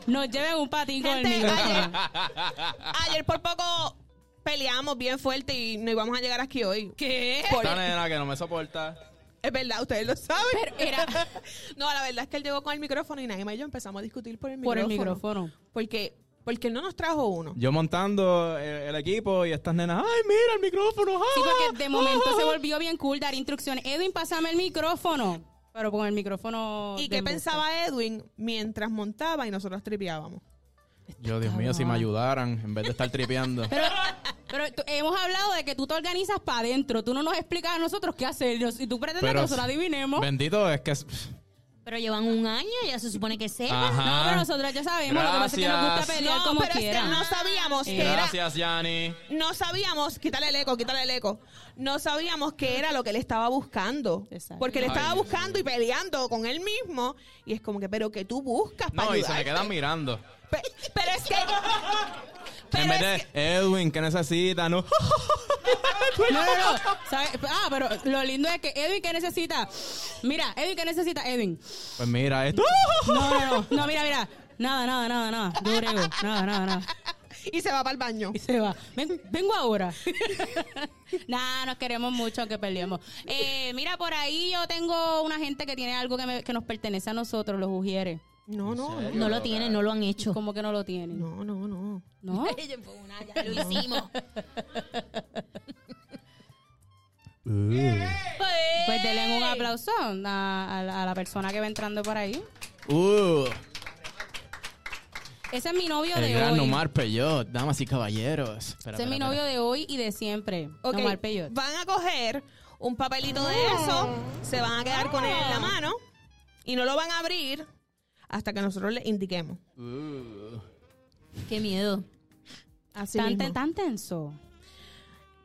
Nos lleven un patín con el
Gente, ayer,
micrófono.
ayer por poco peleamos bien fuerte y no íbamos a llegar aquí hoy. ¿Qué?
Esta nena que no me soporta.
es verdad, ustedes lo saben. no, la verdad es que él llegó con el micrófono y Naima y yo empezamos a discutir por el
Por
micrófono.
el micrófono.
Porque, porque él no nos trajo uno.
Yo montando el, el equipo y estas nenas. ¡Ay, mira el micrófono! ah,
Sí, porque
Uh-huh.
de momento
ah,
se
ah".
volvió bien cool dar instrucciones. Edwin, pásame el micrófono. Pero con el micrófono.
¿Y
de
qué
embuste.
pensaba Edwin mientras montaba y nosotros tripeábamos?
Yo, Dios mío, si me ayudaran en vez de estar tripeando.
Pero, pero tú- hemos hablado de que tú te organizas para adentro. Tú no nos explicas a nosotros qué hacer. Yo- Y tú pretendes que nosotros adivinemos.
Bendito es que. es-
Pero llevan un año, ya se supone que sepan.
Ajá.
No, pero nosotros ya sabemos. Lo que pasa es que nos gusta
Gracias.
pelear como
pero es
quiera.
que no sabíamos que era
Gracias, Yanni.
no sabíamos, quítale el eco, quítale el eco, no sabíamos qué era lo que él estaba buscando.
Exacto.
Porque él estaba
Ay, Dios
buscando y peleando con él mismo. Y es como que, pero que tú buscas para
No, y se me
ayudarte?
quedan mirando.
Pe- pero es que...
en
Pero
vez
es
de
que-
Edwin, ¿qué necesita? No.
No, no, no. ¿Sabe? Ah, pero lo lindo es que Edwin, ¿qué necesita? Mira, Edwin, ¿qué necesita? Edwin.
Pues mira esto.
No, no, no. No, mira, mira. Nada, nada, nada, nada. Yo brego. Nada, nada, nada.
y se va para el baño.
Y se va. Ven- vengo ahora. Nada, nos queremos mucho, aunque peleemos. Eh, mira, por ahí yo tengo una gente que tiene algo que, me- que nos pertenece a nosotros, los ujieres.
No, no, no.
No lo tienen, no lo han hecho.
Como que no lo tienen.
No, no, no.
¿No?
Ya lo hicimos.
Pues denle un aplauso a, a la- a la persona que va entrando por ahí.
Uh,
Ese es mi novio
el
de
gran
hoy.
Omar Peyot, damas y caballeros. Espera,
Ese es mi
espera,
novio
espera.
de hoy y de siempre.
Ok,
Omar Peyot.
van a coger un papelito de eso, se van a quedar con él en la mano y no lo van a abrir hasta que nosotros le indiquemos.
Uh,
Qué miedo.
Así
Tan,
mismo.
ten- tan tenso.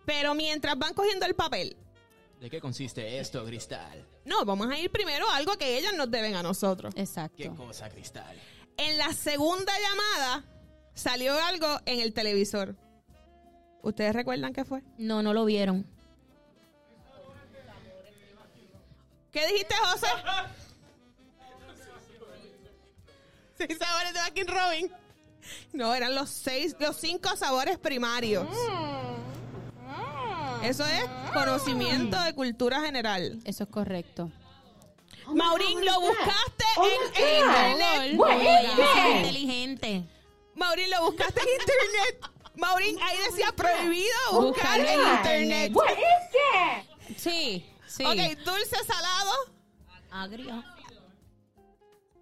Pero mientras van cogiendo el papel,
¿De qué consiste esto, Cristal?
No, vamos a ir primero a algo que ellas nos deben a nosotros.
Exacto.
cosa, Cristal?
En la segunda llamada salió algo en el televisor. ¿Ustedes recuerdan qué fue?
No, no lo vieron.
¿Qué dijiste, José? Seis sabores de Baskin Robin. No, eran los seis, los cinco sabores primarios. Eso es conocimiento de cultura general.
Eso es correcto.
Maurín, lo buscaste
Oh my
en, en
God.
internet.
What is
Ella es
that?
inteligente.
Maurín, lo buscaste en internet. Maurín, ahí decía prohibido buscar
Buscarlo
en
en
internet.
What is that?
Sí, sí.
Ok, dulce, salado.
Agrio.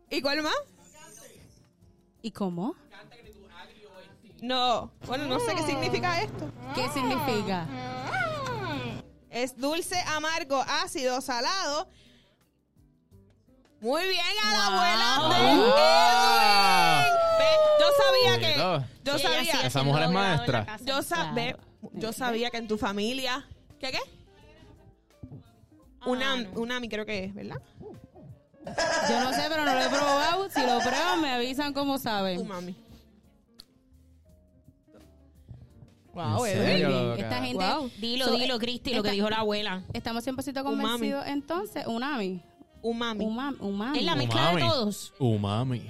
¿Y cuál más?
¿Y cómo?
No. Bueno, no sé qué significa esto.
¿Qué significa?
Es dulce, amargo, ácido, salado. Muy bien, a la abuela de
Ah.
Edwin. Ve, Yo sabía que.
Bonito.
Yo
Ella sí
sabía.
Esa
haciendo
mujer es
dorado en la
maestra.
casa.
Yo, sab- ve, yo sabía que en tu familia. ¿Qué qué?
Ah,
Una, unami creo que es, ¿verdad?
Yo no sé, pero no lo he probado. Si lo prueban, me avisan cómo saben.
Umami.
Wow, Edwin.
Esta gente.
Wow.
Dilo,
So,
dilo, Cristi, lo
esta-
que dijo la abuela.
Estamos 100%
Umami.
convencidos entonces. Unami.
Umami.
Umami. Umami.
Es la mezcla de todos.
Umami.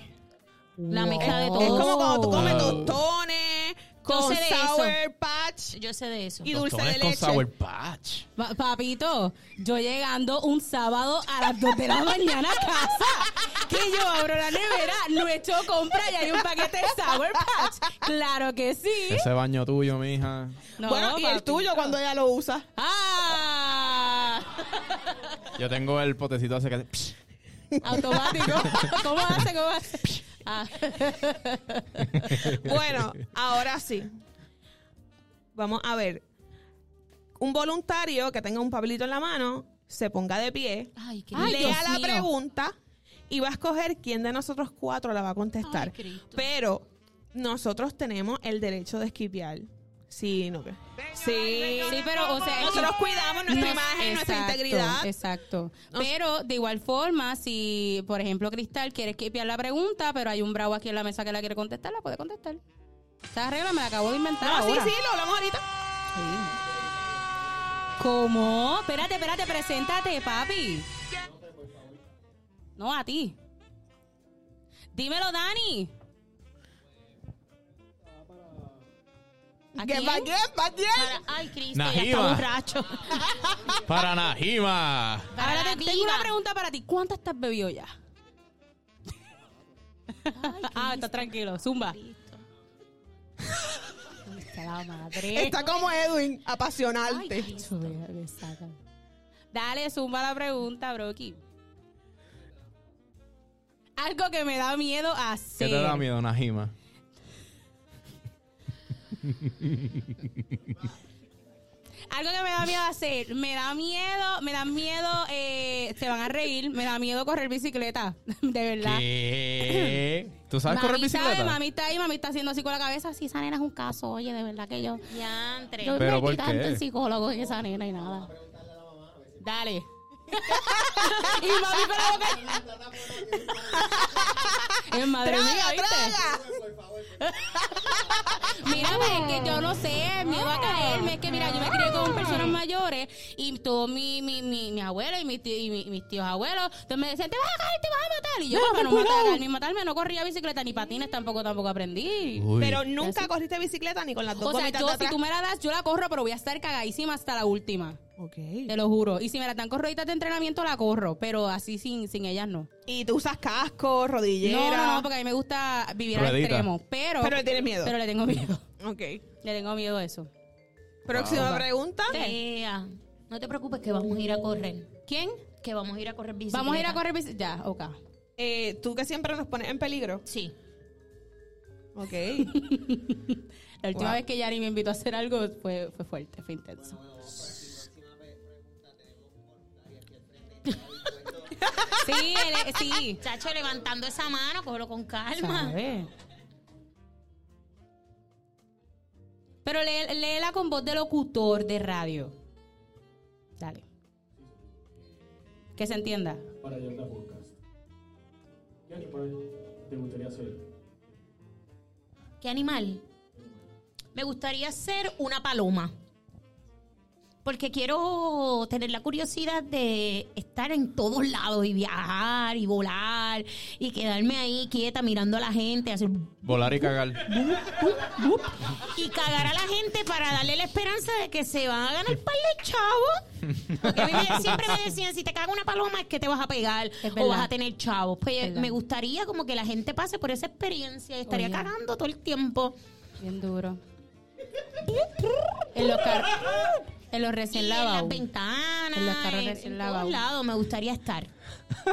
La mezcla de
Es-
Es
todos.
como cuando tú comes
Wow.
tostones con
sé de eso.
sour patch
Yo sé de eso.
y dulce de
Tostones con
leche.
Sour Patch.
Pa- papito, yo llegando un sábado a las 2 de la mañana a casa, que yo abro la nevera, no he hecho compra y hay un paquete de Sour Patch. Claro que sí.
Ese baño tuyo, mija.
No,
bueno, y el
papito.
tuyo cuando ella lo usa.
¡Ah!
Yo tengo el potecito ese que... Psh.
Automático. ¿Cómo hace? ¿Cómo hace? Ah.
Bueno, ahora sí. Vamos a ver. Un voluntario que tenga un pablito en la mano se ponga de pie,
Ay, qué
Ay,
lea
Dios
la
mío.
pregunta y va a escoger quién de nosotros cuatro la va a contestar.
Ay, Cristo.
Pero nosotros tenemos el derecho de esquipear. Sí, no. que- Sí,
Sí, pero, o sea, es que-
nosotros cuidamos nuestra
Nos-
imagen, nuestra
exacto,
integridad.
Exacto. Pero de igual forma, si, por ejemplo, Cristal quiere esquipear la pregunta, pero hay un bravo aquí en la mesa que la quiere contestar, la puede contestar. Esa regla me la acabo de inventar.
No, Ah, sí,
ahora.
sí, lo hablamos ahorita.
Sí. ¿Cómo? Espérate, espérate, preséntate, papi. No, a ti. Dímelo, Dani.
¿A
Get
quién?
back, get back, get.
Ay, Cristo, ya está
Najiba.
borracho.
Para Najima.
Ahora te tengo una
Diva.
pregunta para ti. ¿Cuántas estás bebido ya? ah, estás tranquilo. Zumba. la madre.
Está como Edwin, apasionante.
Dale, zumba la pregunta, Broki. Algo que me da miedo
¿Qué
hacer.
te da miedo, Najima?
Algo que me da miedo hacer. Me da miedo, me da miedo, eh, se van a reír, me da miedo correr bicicleta. De verdad.
¿Qué? ¿Tú sabes correr
Mami sabe,
bicicleta?
mami está ahí, mami está haciendo así con la cabeza. Sí, esa nena es un caso, oye, de verdad que yo.
Diantre.
Yo
¿Pero
me
por
metí tanto
qué?
en psicólogo en esa nena y nada. Dale. y mami con la boca. Es madre mía,
¡Traga,
¿viste?
traga!
Mira, pues, es que yo no sé, miedo a caerme. Es que mira, yo me crié con personas mayores y todos mi, mi, mi, mi abuelo y, mi tío- y mi- mis tíos abuelos. Entonces me decían, te vas a caer, te vas a matar. Y yo, para no matar, ni matarme, no corría bicicleta, ni patines tampoco, tampoco aprendí.
Uy.
Pero nunca corriste bicicleta ni con las dos
O sea,
gomitas
yo,
de
si
atrás.
tú me la das, yo la corro, pero voy a estar cagadísima hasta la última. Te
Ok.
lo juro. Y si me la dan con rueditas de entrenamiento, la corro. Pero así sin, sin ellas no.
Y tú usas casco,
No,
rodillera.
no, no, porque a mí me gusta vivir al
Ruedita.
extremo. Pero,
Pero le tienes miedo.
pero le tengo miedo.
Ok.
Le tengo miedo a eso.
Próxima pregunta.
Ea. Eh, No te preocupes que vamos a ir a correr.
¿Quién?
Que vamos a ir a correr bicicleta.
Vamos a ir a correr bici- Ya, ok.
Eh, tú que siempre nos pones en peligro.
Sí.
Ok.
La última
Wow.
vez que Yari me invitó a hacer algo fue, fue fuerte, fue intenso. sí, él- sí.
Chacho, levantando esa mano, cógelo con calma.
¿Sabe? Pero lee- léela con voz de locutor de radio. Dale. Que se entienda.
Para Yarda Podcast. ¿Qué animal te gustaría ser?
¿Qué animal? Me gustaría ser una paloma. Porque quiero tener la curiosidad de estar en todos lados y viajar y volar y quedarme ahí quieta mirando a la gente, hacer
Volar y cagar.
y cagar a la gente para darle la esperanza de que se van a ganar par de chavos. Porque a mí me- siempre me decían, si te caga una paloma es que te vas a pegar
verdad.
o vas a tener chavos. Pues
verdad.
me gustaría como que la gente pase por esa experiencia y estaría
Oye.
cagando todo el tiempo.
Bien duro. En los, car- en los
Y
recién
en las
lavados.
ventanas,
En los carros
en,
recién
en
lavados.
todos lados me gustaría estar.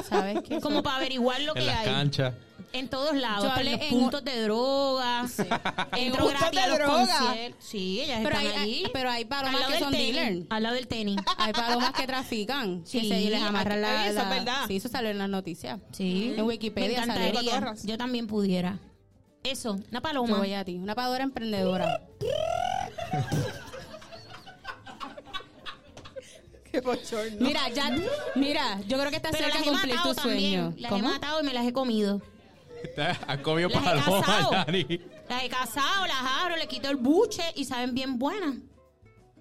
¿Sabes qué?
Como para averiguar lo
En
que
las
hay.
canchas.
En todos lados.
Yo
hasta
hablé
en los
en
puntos de droga. Entro
Puntos
gratis
de
a los
droga.
conciertos. Sí, ellas
Pero hay,
están allí.
hay- pero hay
al
palomas
lado
que
del
son dealers.
tenis. Al lado del tenis.
Hay palomas que trafican.
Sí,
que se les amarran la,
oye, eso es
la-
verdad.
Sí, eso salió en las noticias.
Sí.
En Wikipedia
Me
salió.
encantaría. Yo también pudiera. Eso, una
Yo
paloma.
voy a ti. Una pagadora emprendedora.
Qué bochorno.
Mira, ya, mira, yo creo que estás
Pero
cerca
las
de
he
cumplir
matado
tu sueño.
también. Las he matado y me las he comido.
Han comido
Las he
palomas,
cazado.
Dani.
Las he cazado, las abro, le quito el buche y saben bien buenas.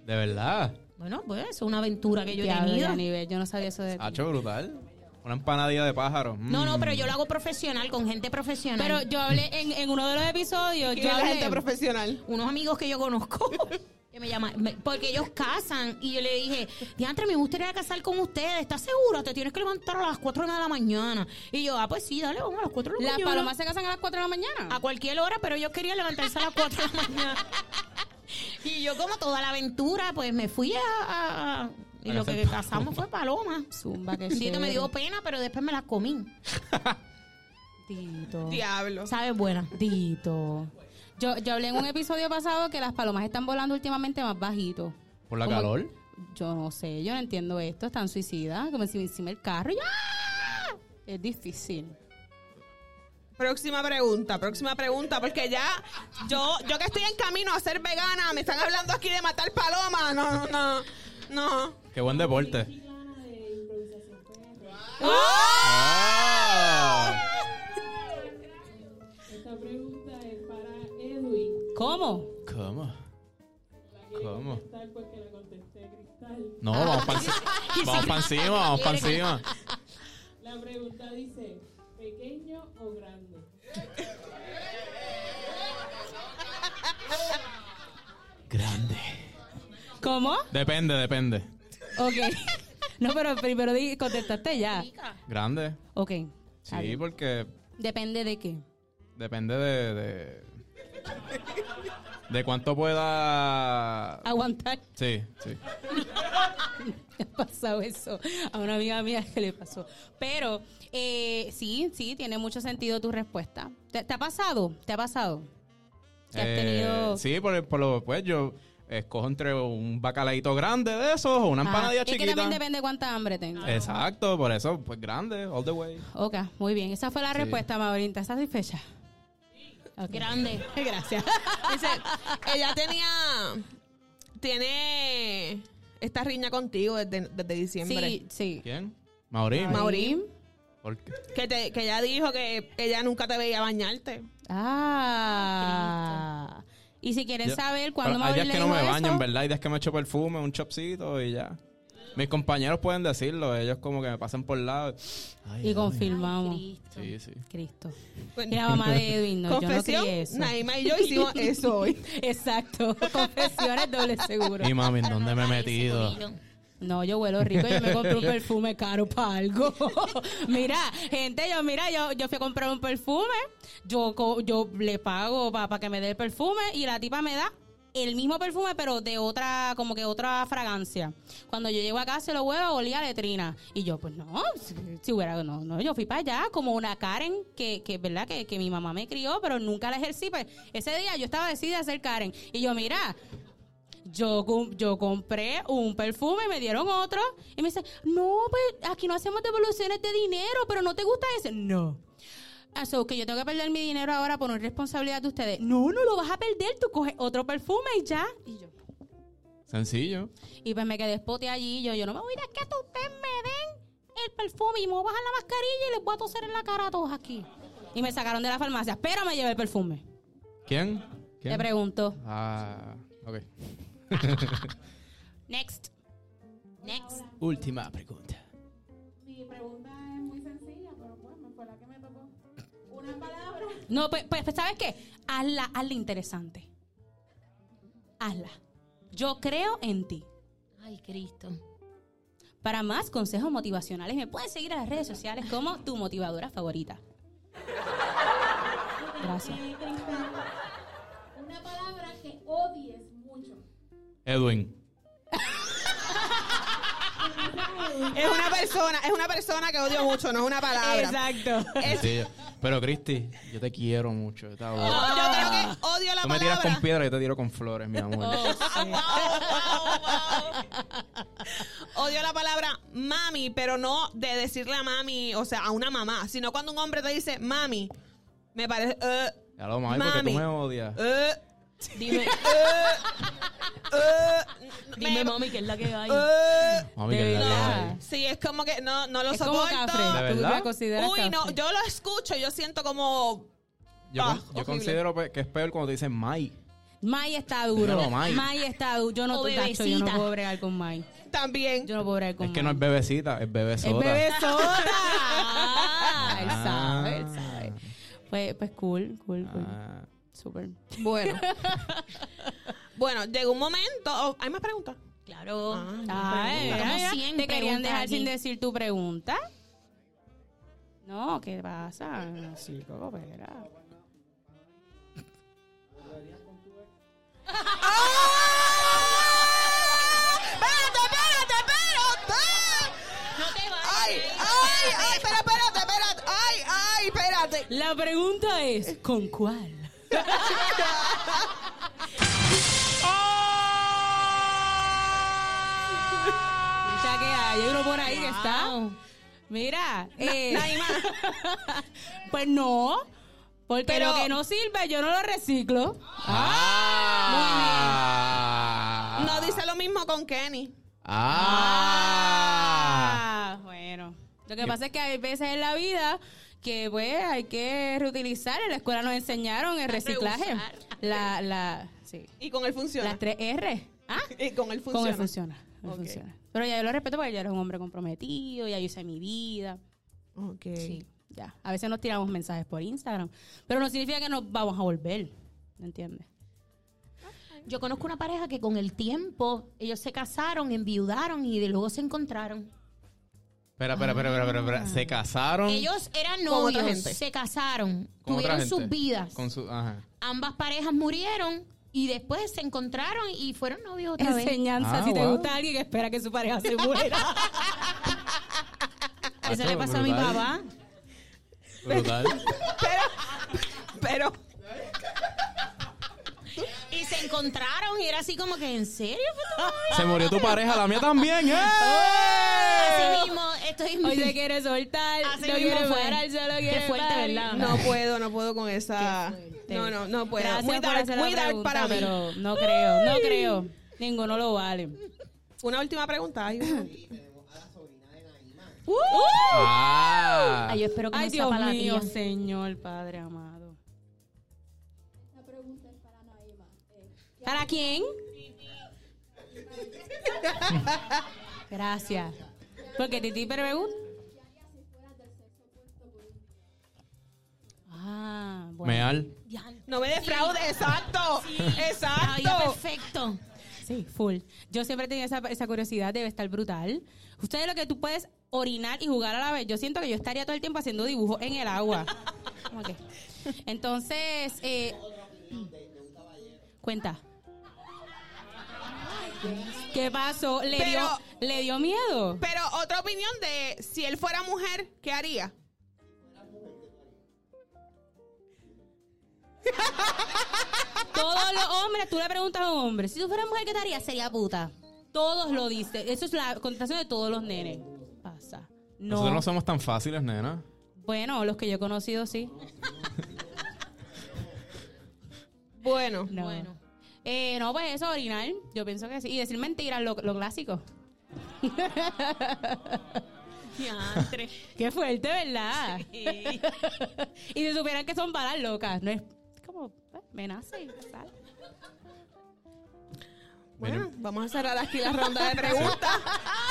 De verdad.
Bueno, pues es una aventura que yo he
Diablo,
tenido.
Yanivel, yo no sabía eso de ti.
Hacho brutal. Una empanadilla de pájaro. Mm.
No, no, pero yo lo hago profesional, con gente profesional.
Pero yo hablé en, en uno de los episodios.
Y
Yo
la
hablé,
gente profesional.
unos amigos que yo conozco que me llaman me- porque ellos casan y yo le dije diantre me gustaría casar con ustedes ¿estás segura? te tienes que levantar a las 4 de la mañana y yo ah pues sí dale vamos a las 4 de la
Las
mañana
palomas se casan a las 4 de la mañana.
a cualquier hora pero yo quería levantarse a las 4 de la mañana y yo como toda la aventura pues me fui a, a- a- y
A
lo
cazar
que cazamos fue paloma
Zumba, que
Tito me
chévere.
dio pena pero después me las comí
Tito.
Diablo.
sabe buena
Tito. Yo, yo hablé en un episodio pasado que las palomas están volando últimamente más bajito.
Por la
Como-
calor.
Yo no sé, yo no entiendo esto. Están suicidas, como si encima el carro. y ¡ah! Es difícil.
Próxima pregunta, próxima pregunta, porque ya yo, yo que estoy en camino a ser vegana, me están hablando aquí de matar palomas. No, no, no. No.
Qué buen deporte.
¿Cómo?
¿Cómo? ¿Cómo? No, vamos para encima. Vamos para encima, vamos para encima.
La pregunta dice, ¿pequeño o grande?
Grande.
¿Cómo?
Depende, depende.
Ok. No, pero primero di- contestaste ya.
Grande.
Ok. Está
Sí,
bien.
porque
Depende de qué.
depende de. De, de cuánto pueda.
Aguantar.
Sí, sí.
Le ha pasado eso a una amiga mía que le pasó. Pero eh, sí, sí, tiene mucho sentido tu respuesta. ¿Te, te ha pasado? ¿Te ha pasado? ¿Que has
Eh,
tenido-
Sí, por, el- por lo pues yo escojo entre un bacalaito grande de esos o una
Ah,
empanadilla
Es que
chiquita.
también depende cuánta hambre tengas.
Exacto, por eso, pues grande, all the way.
Ok, muy bien. Esa fue la
Sí.
respuesta, Maurita. ¿Estás satisfecha? Ok. Ah.
grande
Gracias.
Dice, ella tenía. Tiene esta riña contigo desde, desde diciembre.
Sí, sí.
¿Quién? Maurín.
Maurín.
¿Por qué?
Que, te- que ella dijo que ella nunca te veía bañarte.
Ah. Y si quieren
Yo-
saber cuándo
Pero hay
Maurín
días
le
que no
dijo
me
eso,
baño, en verdad. Hay días que me echo perfume, un chopcito y ya. Mis compañeros pueden decirlo, ellos como que me pasan por lado. Ay,
Y confirmamos.
Cristo.
sí, sí.
Cristo.
Bueno.
Y la mamá de Edwin, no, yo no
Confesión,
crié eso.
Naima y yo hicimos eso hoy.
Exacto. Confesiones doble seguro.
Y mami, ¿en dónde me he
Ese
metido?
corillo.
No, yo huelo rico. Yo me compré un perfume caro para algo. mira, gente, yo, mira, yo, yo fui a comprar un perfume. Yo, co- yo le pago para que me dé el perfume y la tipa me da el mismo perfume, pero de otra, como que otra fragancia. Cuando yo llego acá, se lo huevo, olía a letrina. Y yo, pues no, si, si hubiera, no, no, yo fui para allá como una Karen, que, que verdad que, que mi mamá me crió, pero nunca la ejercí. Pues, ese día yo estaba decidida a ser Karen. Y yo, mira, yo, com- yo compré un perfume, me dieron otro. Y me dice, no, pues aquí no hacemos devoluciones de dinero, pero no te gusta ese. No. Eso, que yo tengo que perder mi dinero ahora por una responsabilidad de ustedes. No, no lo vas a perder, tú coges otro perfume y ya. Y yo,
Sencillo.
y pues me quedé spote allí. Yo, yo no me voy a ir a que tú- ustedes me den el perfume y me voy a bajar la mascarilla y les voy a toser en la cara a todos aquí. Y me sacaron de la farmacia, pero me llevé el perfume.
¿Quién? Ah,
Le
¿Quién?
pregunto.
Ah, ok.
Next.
Next.
Última pregunta.
Mi pregunta es muy sencilla, pero bueno, fue la que me tocó. Una palabra.
No, pues, pues, ¿sabes qué? Hazla, hazla interesante. Hazla. Yo creo en ti.
Ay, Cristo.
Para más consejos motivacionales, me pueden seguir en las redes sociales como tu motivadora favorita. Gracias.
Eh, Cristal, Una palabra que odies mucho.
Edwin.
Es una persona, es una persona que odio mucho, no es una palabra.
Exacto.
Es-
Sí, Pero, Cristi, yo te quiero mucho. está bueno.
Oh, yo creo que odio la
Tú me tiras
palabra. Oh.
con piedra y yo te tiro con flores, mi amor.
Odio la palabra mami, pero no de decirle a mami, o sea, a una mamá, sino cuando un hombre te dice mami, me parece. eh,
Ya lo mami, porque
Mami.
tú me odias.
eh,
Dime,
eh, eh,
dime,
me-
mami, que es la que hay.
Uh,
eh.
Mami, que
de
es la que
verdad.
hay.
Sí, es como que no, no lo
Es como
soporto.
cafre.
¿De
Tú
verdad?
la consideras
Uy, no,
cafre.
yo lo escucho, y yo siento como.
Yo,
Ah,
con- yo
horrible.
considero pe- que es peor cuando te dicen Mai.
May está duro.
Dímelo, May.
está duro. Yo no,
O
tacho, yo no
bebecita.
puedo bregar con May.
También.
Yo no puedo bregar con
Es que no
May.
es bebecita, es Ah.
Es
bebesota.
bebesota. él sabe, él sabe. Pues, pues cool, cool, cool.
Ah,
Súper.
Bueno. bueno, llegó un momento. oh, ¿Hay más preguntas?
Claro.
Ay,
Como
ay, ay.
100
¿Te querían
preguntas
dejar
aquí.
sin decir tu pregunta? No, ¿qué pasa? Así, como, espera.
¡Espérate, espérate, espérate!
No te vayas.
¡Ay, ay, ay! Espera, espérate, espérate. ¡Ay, ay, espérate!
La pregunta es, ¿con cuál? Ya que hay uno por ahí que está. Mira, eh, pues no, porque
Pero-
lo que no sirve yo no lo reciclo.
ah,
No dice lo mismo con Kenny.
ah.
Ah, bueno. Lo que pasa es que hay veces en la vida que pues hay que reutilizar. En la escuela nos enseñaron el reciclaje.
Reusar.
La, la, sí.
Y con él funciona.
Las tres R. ¿Ah?
Y con él
Con
funciona.
él funciona. él
Ok.
funciona. Pero ya yo lo respeto porque ya eres un hombre comprometido, ya yo hice mi vida.
Ok.
Sí, ya. A veces nos tiramos mensajes por Instagram, pero no significa que nos vamos a volver. ¿Me entiendes?
Yo conozco una pareja que con el tiempo ellos se casaron, enviudaron y de luego se encontraron.
Espera, espera, espera, espera, espera, espera. Se casaron
Ellos eran
Con otra
novios,
gente.
se casaron,
con otra
tuvieron
gente.
sus vidas.
Con su, ajá.
Ambas parejas murieron y después se encontraron y fueron novios otra vez.
Enseñanza
Ah,
si te
wow.
gusta alguien que espera que su pareja se muera.
Eso
Hacho,
le pasó a mi
brutal,
papá.
Brutal.
Pero,
Y se encontraron y era así como que, ¿en serio?
Se murió tu pareja, la mía también, ¿eh?
Así mismo, esto es
Hoy se quiere soltar,
Así
no
mismo
quiere
fue.
parar, solo
Qué
quiere
fuerte,
parar.
¿verdad?
no puedo, no puedo con esa. No, no, no puedo.
Gracias
muy
por
dark,
hacer la
muy dark
pregunta,
para mí.
pero no creo, no creo. Ninguno lo vale.
Una última pregunta. Ay, Dios.
Ah.
Ay, yo espero que
Ay,
no sea
Dios
para la
mío,
tía.
Señor Padre amado.
La pregunta es para Naima. Eh,
¿Para quién? Gracias. Porque Titi pregunta.
¿Qué harías si fueras del sexo opuesto por un día?
Ah, bueno.
Meal.
No me defraudes, exacto.
Ay, yo
Exacto.
perfecto.
Sí, full. Yo siempre tenía esa, esa curiosidad, debe estar brutal. Ustedes lo que tú puedes orinar y jugar a la vez. Yo siento que yo estaría todo el tiempo haciendo dibujos en el agua. Como que- Entonces, eh, cuenta. ¿Qué pasó? ¿Le,
Pero-
dio, ¿Le dio miedo?
Pero otra opinión de si él fuera mujer, ¿qué haría?
Todos los hombres, tú le preguntas a un hombre, si tú fueras mujer, ¿qué te harías? Sería puta. Todos lo dicen. Eso es la contestación de todos los nenes. Pasa.
Nosotros no somos tan fáciles, nena.
Bueno, los que yo he conocido sí.
Bueno,
No. Bueno. Eh, no, pues eso, orinar. Yo pienso que sí. Y decir mentiras, lo, lo clásico.
Diantre.
Qué fuerte, ¿verdad? y si supieran que son balas locas, no es es como, eh, me nace. ¿sabes?
Bueno, vamos a cerrar aquí la ronda de preguntas.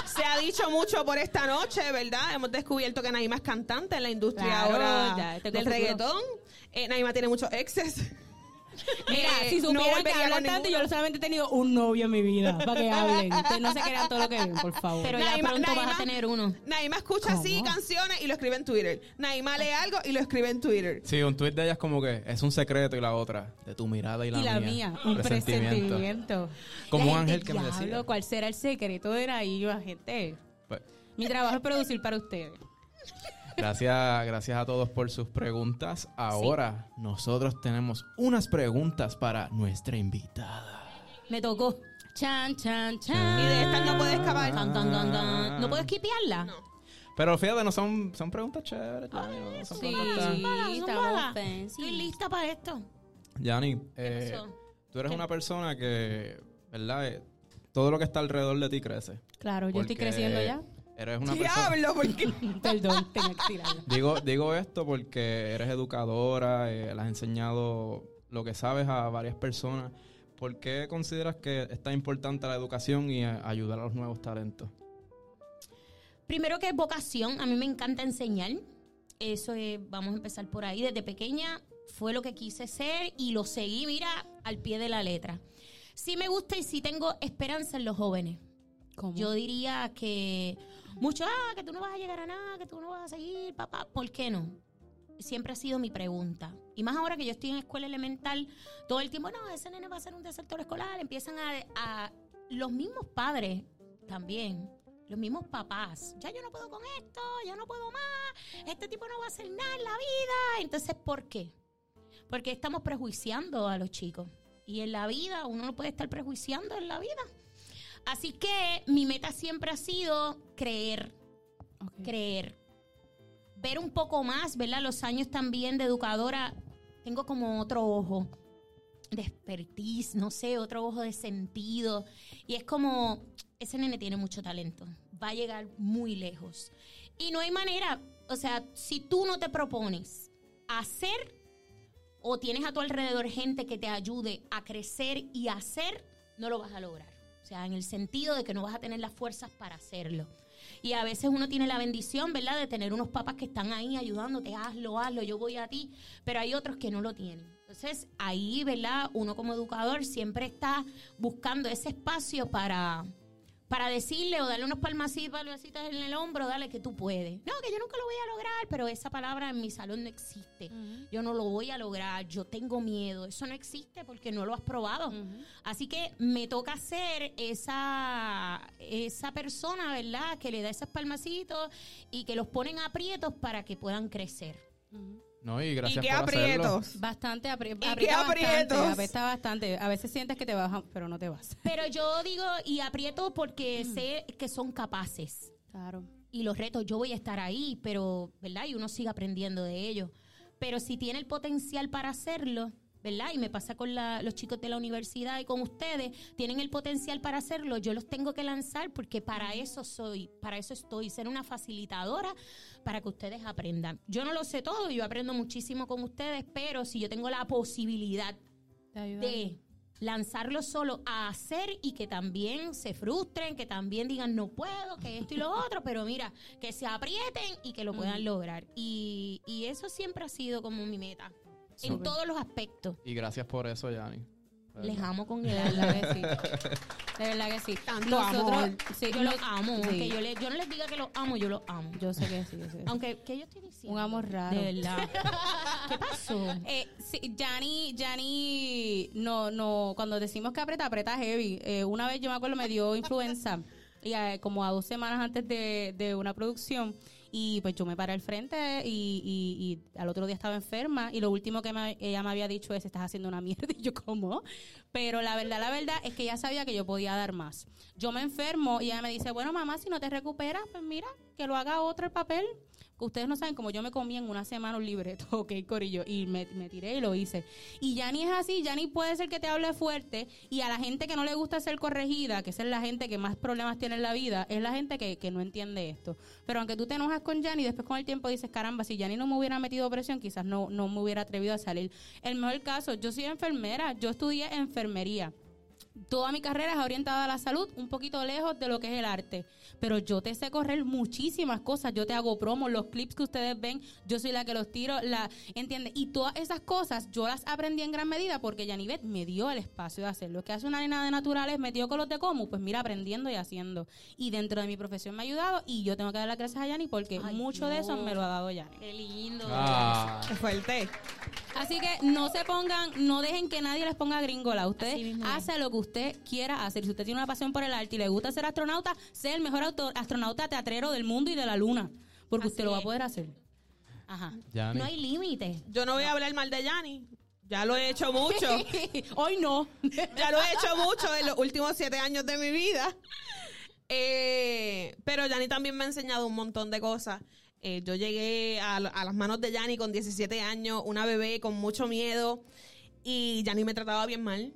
Se ha dicho mucho por esta noche, ¿verdad? Hemos descubierto que Naima es cantante en la industria
Claro,
ahora
ya, este tengo
del
futuro.
reggaetón. Eh, Naima tiene muchos exes.
Mira,
Eh,
si
no
supieran que
volvería
hablan
con
tanto,
ninguno.
yo solamente he tenido un novio en mi vida. Para que hablen. Ustedes no se crean todo lo que ven, por favor.
Pero ya
Naima-
pronto vas
Naima-
a tener uno.
Naima escucha así
¿Cómo?
canciones y lo escribe en Twitter. Naima lee algo y lo escribe en Twitter.
Sí, un tweet de ella es como que es un secreto y la otra, de tu mirada y la,
y la mía, un presentimiento.
Como
La
un
gente,
ángel que me
"Diablo,
decía".
¿Cuál será el secreto de ahí, yo, gente?
Pues,
Mi trabajo es producir para ustedes.
Gracias, gracias a todos por sus preguntas. Ahora nosotros tenemos unas preguntas para nuestra invitada.
Me tocó. Chan, chan, chan.
Y de estas no puede escapar.
Tan, tan, tan,
Ah.
tan. ¿No puedo esquipearla?
Pero fíjate, no son, son preguntas chéveres. Yanni, no son
Sí,
preguntas tan-
Zúmbala.
estamos
Estoy
fancy.
lista para esto.
Yanni, eh,
pasó?
tú eres una persona que, ¿verdad? Eh, todo lo que está alrededor de ti crece.
Claro, yo estoy
Porque
creciendo ya.
Eres una persona...
Diablo, porque
Perdón, tengo que tirarlo.
Digo, digo esto porque eres educadora, eh, le has enseñado lo que sabes a varias personas. ¿Por qué consideras que está importante la educación y eh, ayudar a los nuevos talentos?
Primero que es vocación, a mí me encanta enseñar. Eso es, vamos a empezar por ahí. Desde pequeña fue lo que quise ser y lo seguí, mira, al pie de la letra. Sí me gusta y sí tengo esperanza en los jóvenes.
¿Cómo?
Yo diría que mucho, ah, que tú no vas a llegar a nada, que tú no vas a seguir, papá. ¿Por qué no? Siempre ha sido mi pregunta. Y más ahora que yo estoy en escuela elemental, todo el tiempo, no, ese nene va a ser un desertor escolar. Empiezan a, a- los mismos padres también, los mismos papás. Ya yo no puedo con esto, ya no puedo más, este tipo no va a hacer nada en la vida. Entonces, ¿por qué? Porque estamos prejuiciando a los chicos. Y en la vida, uno no puede estar prejuiciando en la vida. Así que mi meta siempre ha sido creer,
Ok.
creer. Ver un poco más, ¿verdad? Los años también de educadora, tengo como otro ojo de expertise, no sé, otro ojo de sentido. Y es como, ese nene tiene mucho talento, va a llegar muy lejos. Y no hay manera, o sea, si tú no te propones hacer o tienes a tu alrededor gente que te ayude a crecer y a hacer, no lo vas a lograr. O sea, en el sentido de que no vas a tener las fuerzas para hacerlo. Y a veces uno tiene la bendición, ¿verdad?, de tener unos papás que están ahí ayudándote, hazlo, hazlo, yo voy a ti, pero hay otros que no lo tienen. Entonces, ahí, ¿verdad?, uno como educador siempre está buscando ese espacio para, para decirle o darle unos palmacitos, palmacitas en el hombro, dale que tú puedes. No, que yo nunca lo voy a lograr, pero esa palabra en mi salón no existe. Yo no lo voy a lograr, yo tengo miedo. Eso no existe porque no lo has probado. Así que me toca ser esa, esa persona, ¿verdad? Que le da esos palmacitos y que los ponen aprietos para que puedan crecer.
No, y gracias
y qué
por hacerlo.
aprietos.
Bastante, apri
qué
aprieta bastante,
aprietos?
apesta bastante. A veces sientes que te bajan, pero no te vas.
Pero yo digo y aprieto porque sé que son capaces.
Claro.
y los retos, yo voy a estar ahí, pero, ¿verdad? Y uno sigue aprendiendo de ellos. Pero si tiene el potencial para hacerlo, ¿verdad? Y me pasa con la- los chicos de la universidad y con ustedes, tienen el potencial para hacerlo, yo los tengo que lanzar porque para eso soy, para eso estoy, ser una facilitadora para que ustedes aprendan. Yo no lo sé todo, yo aprendo muchísimo con ustedes, pero si yo tengo la posibilidad
Te ayuda.
de lanzarlo solo a hacer y que también se frustren, que también digan no puedo, que esto y lo otro, pero mira, que se aprieten y que lo puedan lograr. Y, y eso siempre ha sido como mi meta, en
Súper.
todos los aspectos.
Y gracias por eso, Yanni.
Les amo con
De
el alma.
verdad que sí. De verdad que sí.
Tanto amor.
sí,
Yo los
nos-
amo,
sí.
aunque yo, le- yo no les diga que los amo, yo los amo.
Yo sé que sí. yo sé que sí.
Aunque, ¿qué yo estoy diciendo?
Un amor raro.
De verdad. ¿Qué pasó?
Eh, sí, Yanni, Yanni, no, no, cuando decimos que aprieta, aprieta heavy. Eh, una vez yo me acuerdo me dio influenza, y, eh, como a dos semanas antes de, de una producción, y pues yo me paré al frente y, y- y al otro día estaba enferma, y lo último que me- ella me había dicho es, estás haciendo una mierda, y yo como, pero la verdad, la verdad es que ella sabía que yo podía dar más. Yo me enfermo y ella me dice, bueno mamá, si no te recuperas, pues mira, que lo haga otro el papel. Que ustedes no saben cómo yo me comí en una semana un libreto, ok, Corillo, y me, me tiré y lo hice. Y ya ni es así, ya ni puede ser que te hable fuerte. Y a la gente que no le gusta ser corregida, que esa es la gente que más problemas tiene en la vida, es la gente que, que no entiende esto. Pero aunque tú te enojas con Yanni, después con el tiempo dices, caramba, si Yanni no me hubiera metido presión, quizás no, no me hubiera atrevido a salir. El mejor caso, yo soy enfermera, yo estudié enfermería toda mi carrera es orientada a la salud, un poquito lejos de lo que es el arte. Pero yo te sé correr muchísimas cosas. Yo te hago promos, los clips que ustedes ven, yo soy la que los tiro, la, ¿entiendes? Y todas esas cosas yo las aprendí en gran medida porque Yanivet me dio el espacio de hacer. Lo que hace una nena de naturales, metido con los de Comu, pues mira, aprendiendo y haciendo. Y dentro de mi profesión me ha ayudado y yo tengo que dar las gracias a Yani porque
Ay,
mucho de eso
no.
me lo ha dado Yani.
Qué lindo.
Ah.
Qué fuerte.
Así que no se pongan, no dejen que nadie les ponga gringola.
Así
Usted
mismo es.
hace lo que usted quiera hacer. Si usted tiene una pasión por el arte y le gusta ser astronauta, sea el mejor auto- astronauta teatrero del mundo y de la luna. Porque
Así
usted lo va a
es.
poder hacer.
Ajá.
Yani.
No hay límite.
Yo no voy a hablar mal de Yanni. Ya lo he hecho mucho.
Hoy no.
ya lo he hecho mucho en los últimos siete años de mi vida. Eh, pero Yanni también me ha enseñado un montón de cosas. Eh, yo llegué a, a las manos de Yanni con 17 años, una bebé con mucho miedo. Y Yanni me trataba bien mal.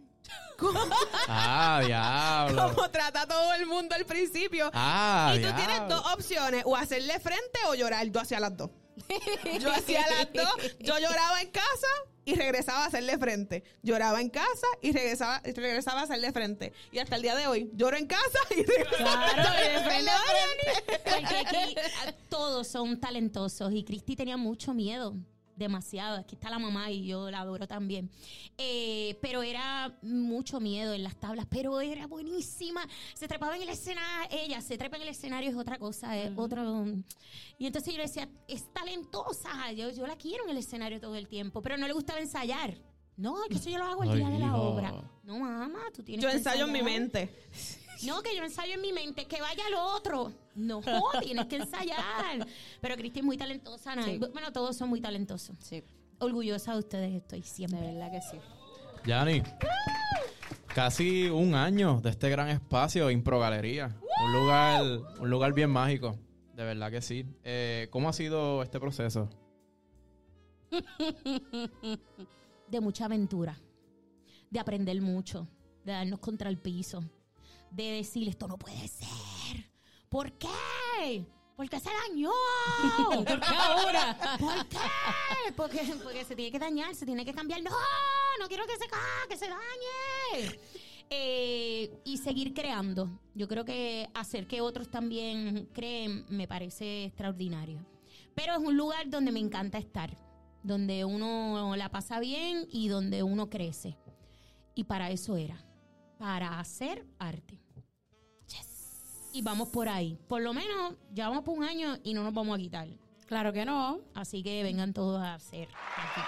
Ah, diablo.
Como trata todo el mundo al principio.
Ah,
y tú
diablo.
tienes dos opciones, o hacerle frente o llorar. Yo hacía las dos. Yo hacía las dos. Yo lloraba en casa y regresaba a hacerle frente. Lloraba en casa y regresaba, y regresaba a hacerle frente. Y hasta el día de hoy, lloro en casa y regresaba
Claro,
a hacerle
y de frente
frente.
Porque aquí ah, todos son talentosos y Cristi tenía mucho miedo, demasiado. Aquí está la mamá y yo la adoro también. Eh, pero era mucho miedo en las tablas, pero era buenísima. Se trepaba en el escenario, ella se trepa en el escenario es otra cosa, es otro... Y entonces yo le decía, es talentosa, yo, yo la quiero en el escenario todo el tiempo, pero no le gustaba ensayar. No, que eso yo lo hago el
Ay,
día de la
hija.
obra. No, mamá, tú tienes
Yo
que
ensayo en mi
ensayar.
mente.
No, que yo ensayo en mi mente, que vaya lo otro. No, tienes que ensayar. Pero Cristi es muy talentosa, Ana.
Sí.
Bueno, todos son muy talentosos.
Sí,
Orgullosa de ustedes estoy siempre.
verdad que sí.
Yani. Casi un año de este gran espacio, Impro Galería. Un lugar, un lugar bien mágico. De verdad que sí. Eh, ¿Cómo ha sido este proceso?
De mucha aventura, de aprender mucho, de darnos contra el piso, de decir esto no puede ser. ¿Por qué? ¿Por qué se dañó? ¿Por qué ahora? ¿Por qué? Porque, porque se tiene que dañar, se tiene que cambiar. No, no quiero que se, ca- que se dañe. Eh, y seguir creando. Yo creo que hacer que otros también creen me parece extraordinario. Pero es un lugar donde me encanta estar, donde uno la pasa bien y donde uno crece. Y para eso era, para hacer arte. Yes. Y vamos por ahí. Por lo menos ya vamos por un año y no nos vamos a quitar.
Claro que no.
Así que vengan todos a hacer. aquí.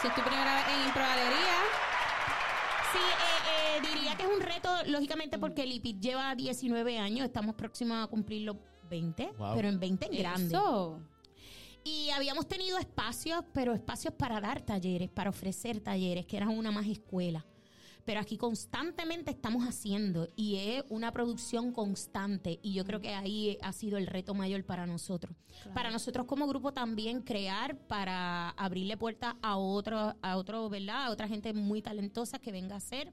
Si es tu primera vez en Impro Galería,
Sí, eh, eh, diría que es un reto, lógicamente, porque el IPIT lleva 19 años, estamos próximos a cumplir los 20,
Wow.
pero en 20 en grande.
eso.
Y habíamos tenido espacios, pero espacios para dar talleres, para ofrecer talleres, que eran una más escuela. Pero aquí constantemente estamos haciendo y es una producción constante y yo creo que ahí ha sido el reto mayor para nosotros. Para nosotros como grupo también crear para abrirle puertas a otro, a otro, ¿verdad? A otra gente muy talentosa que venga a hacer.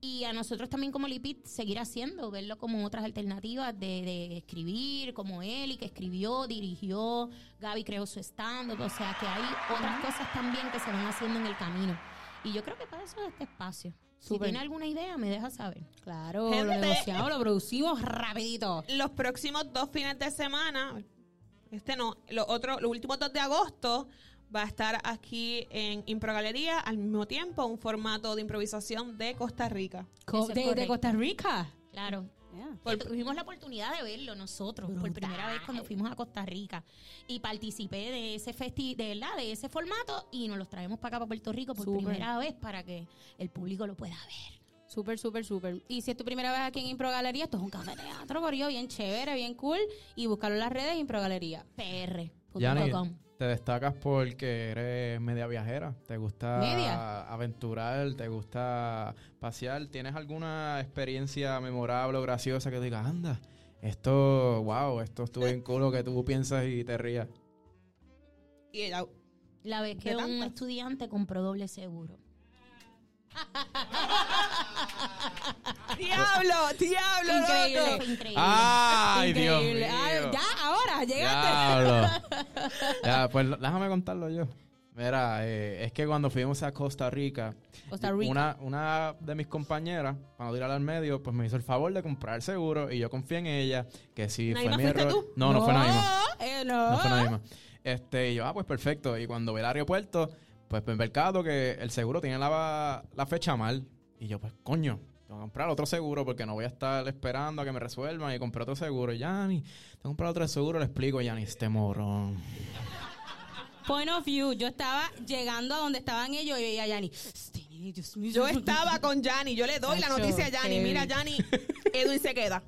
Y a nosotros también como Lipit seguir haciendo, verlo como otras alternativas de, de escribir, como Eli que escribió, dirigió, Gaby creó su stand o sea que hay otras cosas también que se van haciendo en el camino. Y yo creo que para eso es este espacio.
Súper.
Si tiene alguna idea, me deja saber.
Claro,
Gente.
lo negociamos, lo producimos rapidito.
Los próximos dos fines de semana, este no, los otros, los últimos dos de agosto, va a estar aquí en Impro Galería al mismo tiempo un formato de improvisación de Costa Rica.
Co-
Eso es
de, de
correcto.
Costa Rica.
Claro.
Por-
Que tuvimos la oportunidad de verlo nosotros por primera vez cuando fuimos a Costa Rica y participé de ese festi de verdad de ese formato y nos los traemos para acá para Puerto Rico por
Súper.
primera vez para que el público lo pueda ver.
Súper, súper, súper. Y si es tu primera vez aquí en Impro Galería, esto es un café teatro, corillo, bien chévere, bien cool. Y búscalo en las redes Impro Galería.
Yani,
pr.com.
te destacas porque eres media viajera. Te gusta
Media.
aventurar, te gusta pasear. ¿Tienes alguna experiencia memorable o graciosa que digas, anda, esto, wow, esto estuvo en culo que tú piensas y te rías?
Y ella,
La vez que
De
un
tantas.
estudiante compró doble seguro.
¡Diablo! ¡Diablo!
Eh.
Increíble,
loco!
fue increíble.
¡Ay,
Increíble.
Dios mío!
Ay, ya, ahora, llegaste.
Diablo. Ya, pues déjame contarlo yo. Mira, eh, es que cuando fuimos a Costa Rica,
Costa Rica.
Una, una de mis compañeras, para no tirar al medio, pues me hizo el favor de comprar el seguro y yo confié en ella, que si
¿Naima
fue mi
fuiste
error.
tú?
No, no, fue Naima.
Eh,
No
no.
fue Naima. Este, y yo, ah, pues perfecto. Y cuando ve el aeropuerto, pues me mercado que el seguro tiene la, la fecha mal. Y yo, pues coño, tengo que comprar otro seguro porque no voy a estar esperando a que me resuelvan y compré otro seguro. Y Yanni, tengo que comprar otro seguro, le explico, Yanni, este morón.
Point of view. Yo estaba llegando a donde estaban ellos y veía a Yanni. "Este Dios mío,
Yo estaba con Yanni, yo le doy la
Chacho,
noticia a Yanni.
heavy.
Mira, Yanni, Edwin se queda.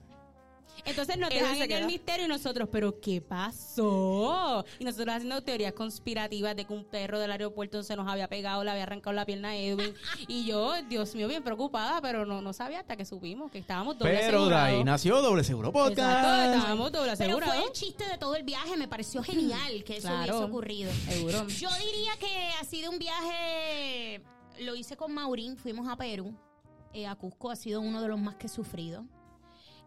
Entonces nos
Él
dejan
se
en el
queda.
misterio y nosotros, ¿pero qué pasó? Y nosotros haciendo teorías conspirativas de que un perro del aeropuerto se nos había pegado, le había arrancado la pierna a Edwin. Y yo, Dios mío, bien preocupada, pero no, no sabía hasta que supimos que estábamos doble
Pero de ahí nació Doble Seguro Podcast.
Exacto, estábamos doble
Pero
asegurados.
fue el chiste de todo el viaje, me pareció genial que eso
Claro.
hubiese ocurrido.
Seguro.
Yo diría que así de un viaje, lo hice con Maurín, fuimos a Perú, Eh, a Cusco, ha sido uno de los más que he sufrido.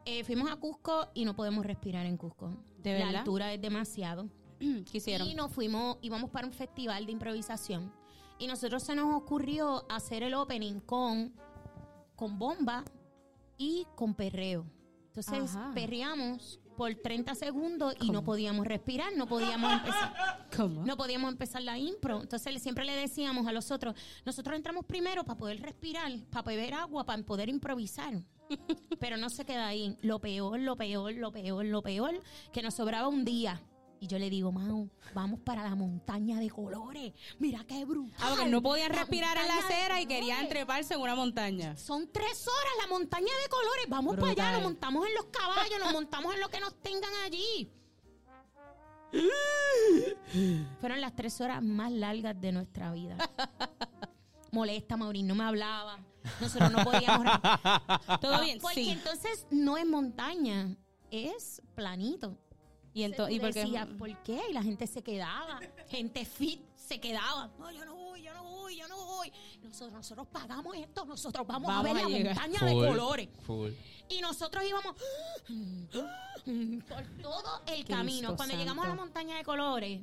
Eh, fuimos a Cusco y no podemos respirar en Cusco.
¿De verdad?
La altura es demasiado.
¿Qué hicieron?
Y nos fuimos, íbamos para un festival de improvisación. Y nosotros se nos ocurrió hacer el opening con, con bomba y con perreo. Entonces
Ajá.
perreamos por 30 segundos y no podíamos respirar, no podíamos empezar.
¿Cómo?
No podíamos empezar la impro. Entonces le- siempre le decíamos a los otros, nosotros entramos primero para poder respirar, para beber agua, para poder improvisar. Pero no se queda ahí. Lo peor, lo peor, lo peor, lo peor, que nos sobraba un día. Y yo le digo, Mau, vamos para la montaña de colores. Mira qué brutal.
Ah, porque no podían
La
respirar en la
montaña de
acera y querían
colores.
treparse en una montaña.
Son tres horas la montaña de colores. Vamos para
Brutal.
allá, nos montamos en los caballos, nos montamos en lo que nos tengan allí. Fueron las tres horas más largas de nuestra vida. Molesta, Maurín, no me hablaba. Nosotros no podíamos.
¿Todo bien?
Porque
Sí.
entonces no es montaña, es planito.
Y, ento- y
Entonces
porque...
decía, ¿por qué? Y la gente se quedaba. Gente fit se quedaba. No, yo no voy, yo no voy, yo no voy. Nosotros, nosotros pagamos esto, nosotros vamos,
Vamos
a ver
a
la
llegar.
montaña
Full,
de colores.
full.
Y nosotros íbamos por todo el camino. Cuando
santo.
llegamos a la montaña de colores,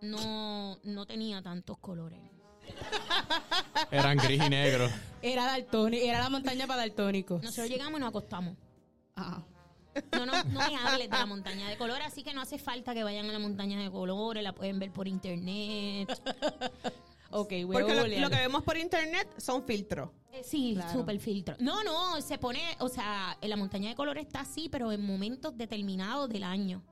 no, no tenía tantos colores.
Eran gris y negro.
Era daltónico, era la montaña para daltónicos.
Nosotros llegamos y nos acostamos.
Ah.
No, no, no me hables de la montaña de colores, así que no hace falta que vayan a la montaña de colores, la pueden ver por internet.
Ok, voy
Porque
a
lo,
googlear.
lo que vemos por internet son filtros.
Eh, Sí,
Claro.
súper filtro. No, no, se pone, o sea, en la montaña de colores está así, pero en momentos determinados del año.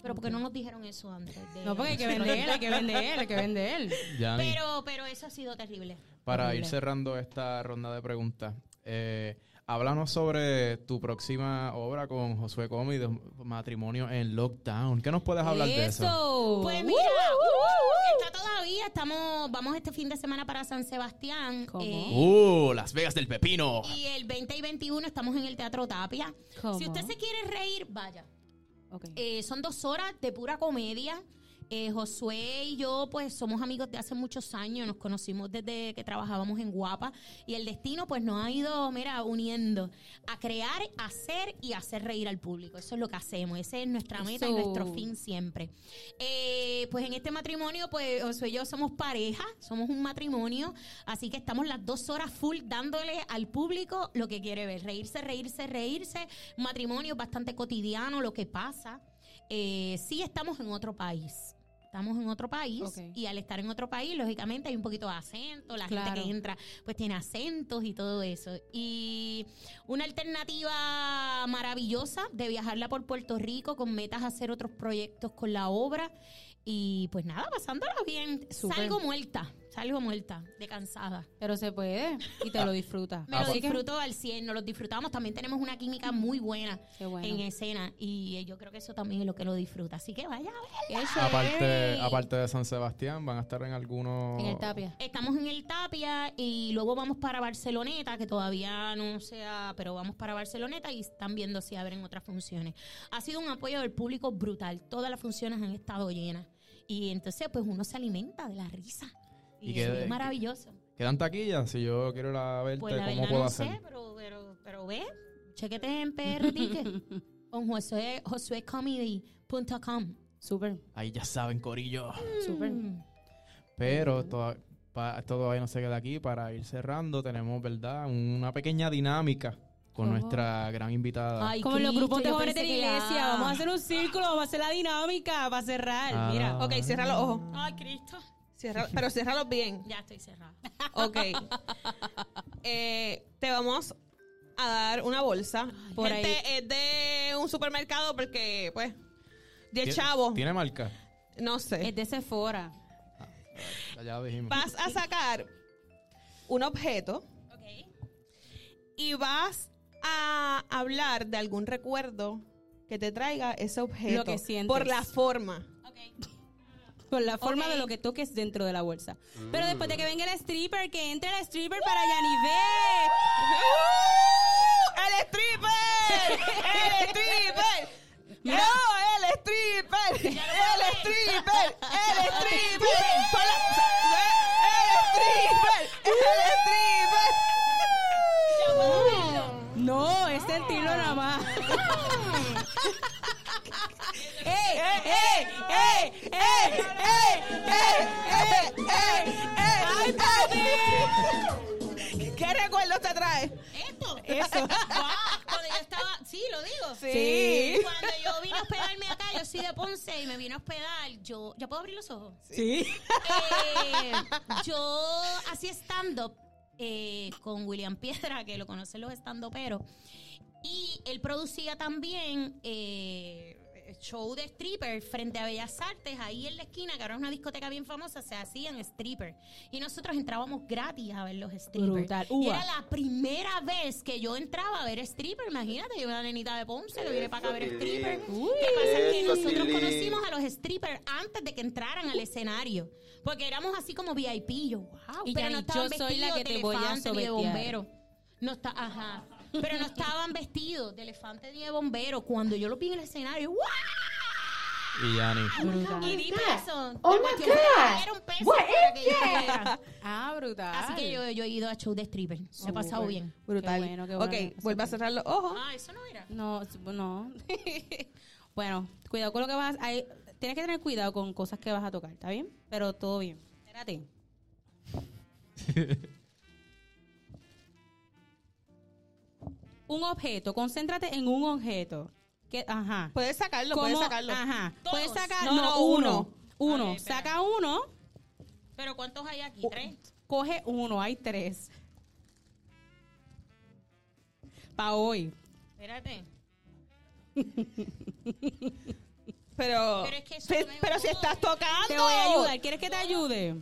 Pero porque no nos dijeron eso antes. de-
No, porque hay que vender, hay que vender, hay que vender.
Yanni.
Pero, pero eso ha sido terrible.
Para ir
Horrible.
cerrando esta ronda de preguntas, eh, háblanos sobre tu próxima obra con Josué Comi de matrimonio en lockdown. ¿Qué nos puedes hablar de eso?
Eso.
Pues
Uh,
mira,
uh,
uh,
uh,
está todavía, estamos, vamos este fin de semana para San Sebastián.
¿Cómo? Uh.
eh,
¡Uh! Las Vegas del Pepino.
y el 20 y 21 estamos en el Teatro Tapia.
¿Cómo?
Si usted se quiere reír, vaya.
uh. Ok.
Eh, son dos horas de pura comedia. Eh, Josué y yo, pues, somos amigos de hace muchos años. Nos conocimos desde que trabajábamos en Guapa. Y el destino, pues, nos ha ido, mira, uniendo a crear, hacer y hacer reír al público. Eso es lo que hacemos. Esa es nuestra meta y
Eso.
nuestro fin siempre. Eh, pues, en este matrimonio, pues, Josué y yo somos pareja. Somos un matrimonio. Así que estamos las dos horas full dándole al público lo que quiere ver. Reírse, reírse, reírse. Un Matrimonio bastante cotidiano, lo que pasa. Eh, sí estamos en otro país. Estamos en otro país
Ok.
y al estar en otro país, lógicamente hay un poquito de acento, la
Claro.
gente que entra pues tiene acentos y todo eso. Y una alternativa maravillosa de viajarla por Puerto Rico con metas a hacer otros proyectos con la obra y pues nada, pasándola bien.
Súper.
Salgo muerta, salgo muerta, de cansada.
Pero se puede y te lo disfrutas.
Ah,
Me lo
pues.
Así que-
disfruto al 100, nos lo disfrutamos, también tenemos una química muy buena
Qué Mm. bueno.
en escena y eh, yo creo que eso también es lo que lo disfruta. Así que vaya a ver.
Eso
Aparte,
es.
aparte de San Sebastián, van a estar en algunos.
En el tapia.
Estamos en el Tapia y luego vamos para Barceloneta, que todavía no sea, pero vamos para Barceloneta y están viendo si abren otras funciones. Ha sido un apoyo del público brutal. Todas las funciones han estado llenas. Y entonces, pues uno se alimenta de la risa.
¿Y
Y,
qué-
eso
qué-
es maravilloso.
¿Quedan taquillas? Si yo quiero ir a verte,
Pues la
¿cómo
verdad
puedo
no
hacer?
sé, pero, pero, pero ve, chequete en PR Ticket con Josué, josuecomedy.com.
Súper,
Mm.
Ahí ya saben, Corillo.
súper.
Pero toda- pa- esto todavía no se queda aquí. Para ir cerrando, tenemos, ¿verdad? Una pequeña dinámica con
Ojo.
nuestra gran invitada.
Ay,
Como en los
Cristo,
grupos de
yo
jóvenes de la
pensé que ya.
iglesia. Vamos a hacer un círculo, vamos a hacer la dinámica para cerrar.
Ah.
Mira.
Ok, cierra los ojos.
Ay, Cristo.
Cierra, pero ciérralos bien.
Ya estoy cerrada.
Ok. Eh, te vamos a dar una bolsa.
por
Gente,
ahí.
es de un supermercado porque, pues, de
Ti-
chavo.
¿Tiene marca?
No sé.
Es de Sephora.
Ya- Ya dijimos.
Vas a sacar un objeto
Ok.
y vas a hablar de algún recuerdo que te traiga ese objeto.
Lo que sientes.
Por la forma.
Ok.
Con la forma
Ok.
de lo que toques dentro de la bolsa. Pero después
Mm.
de que venga el stripper, que entre el stripper para Yanivé.
¡El stripper! ¡El stripper! ¡No, el stripper! ¡El stripper! ¡El stripper! ¡El stripper! ¡El stripper!
No, es sentirlo nada más.
¡Ey, ey, ey, ey, ey, ey, ey, ey, ey! ey! ¿Qué recuerdos te trae?
Esto.
Eso.
Ah, cuando yo estaba. Sí, lo digo.
Sí.
Cuando yo vine a hospedarme acá, yo soy de Ponce y me vine a hospedar. Yo. ¿Ya puedo abrir los ojos?
Sí.
Eh, yo hacía stand-up eh, con William Piedra, que lo conocen los stand-uperos. Y él producía también eh, show de stripper frente a Bellas Artes, ahí en la esquina, que ahora es una discoteca bien famosa, se hacían stripper. Y nosotros entrábamos gratis a ver los strippers.
Brutal.
Y
Uva.
era la primera vez que yo entraba a ver stripper. Imagínate, yo una nenita de Ponce que viene para acá a ver
Eso,
stripper.
Tilín.
¿Qué pasa? Que
Eso,
nosotros
Tilín.
conocimos a los strippers antes de que entraran al escenario. Porque éramos así como VIP. Yo, wow.
Y
pero
ya,
no
yo
estaban
soy
vestidos
la que
de
te voy a
elefante ni de
sobetear.
bombero. No está, ajá. Pero no estaban vestidos de elefante ni de bombero. Cuando yo los vi en el escenario, ¡guau!
Y Yani.
Y di peso.
Oh
La
my
cuestión
God.
fue que dieron peso
What
para
is
que yo
that?
saliera.
Ah, brutal.
Así que yo, yo he ido a show de stripper. Se ha pasado bien.
Brutal.
Qué bueno, qué bueno.
ok, vuelve a cerrar los ojos.
Ah, eso no era.
No, s- no. bueno, cuidado con lo que vas a... hay- Tienes que tener cuidado con cosas que vas a tocar, ¿está bien? Pero todo bien. Espérate. un objeto. Concéntrate en un objeto. Que, ajá.
Puedes sacarlo, puedes
¿Cómo?
sacarlo.
Ajá.
¿Todos?
Puedes sacar...
No,
No,
no, uno.
uno. Uno.
Ok, espera.
Saca uno.
Pero ¿cuántos hay aquí?
Oh.
¿Tres?
Coge uno. Hay tres. Para hoy.
Espérate.
Pero,
Pero es que eso
pe-
no es
pero
un
si estás tocando.
Te voy a ayudar. ¿Quieres que te ayude?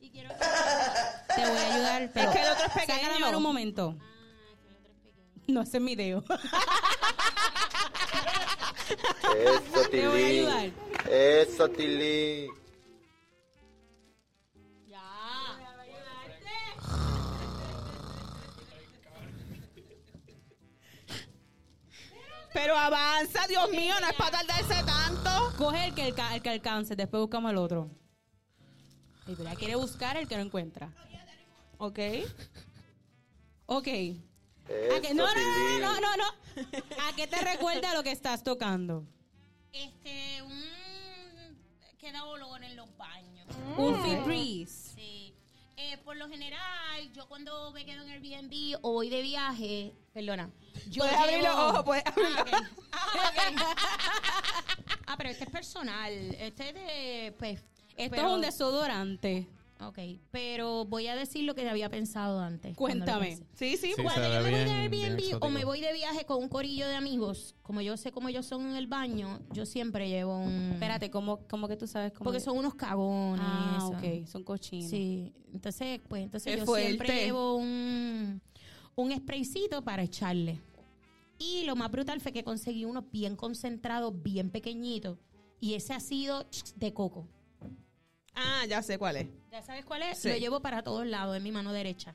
Y quiero...
Te voy a ayudar, pero...
Es que el otro es
Saca la
pequeño.
mano un momento. No, ese es mi dedo.
Eso,
Te voy a
Tilín.
ayudar.
Eso, Tilín.
Ya.
Pero avanza, Dios mío, no es para tardarse tanto.
Coge el que, alca- el que alcance, después buscamos el otro. Ay, pero ya quiere buscar el que no encuentra.
Ok.
Ok. ¿A
Eso,
que- no, no, no,
Tilín.
no, no, no. ¿A qué te recuerda lo que estás tocando?
Este, un queda olor en los baños.
Un Febreze.
Sí. Eh, por lo general, yo cuando me quedo en Airbnb o voy de viaje, perdona. Yo
Puedes abrir
llevo-
los ojos, puedes abrir
Ah,
los
ok.
ojos.
Ah, ok. Ah, pero este es personal. Este es de, pues,
Esto
pero-
es un desodorante.
Ok, pero voy a decir lo que había pensado antes. cuando lo
Cuéntame.
pensé.
Sí, sí.
Sí,
Cuando
se
yo
ve
me voy de
bien- bien
Airbnb o me
exótico.
voy de viaje con un corillo de amigos, como yo sé cómo ellos son en el baño, yo siempre llevo un...
Espérate, ¿cómo, cómo que tú sabes cómo?
Porque son unos cagones.
Ah,
eso.
ok. Son cochinos.
Sí, entonces, pues entonces
Qué
yo
fuerte.
siempre llevo un, un spraycito para echarle. Y lo más brutal fue que conseguí uno bien concentrado, bien pequeñito. Y ese ha sido de coco.
Ah, ya sé cuál es.
¿Ya sabes cuál es?
Sí.
Lo llevo para todos lados, en mi mano derecha.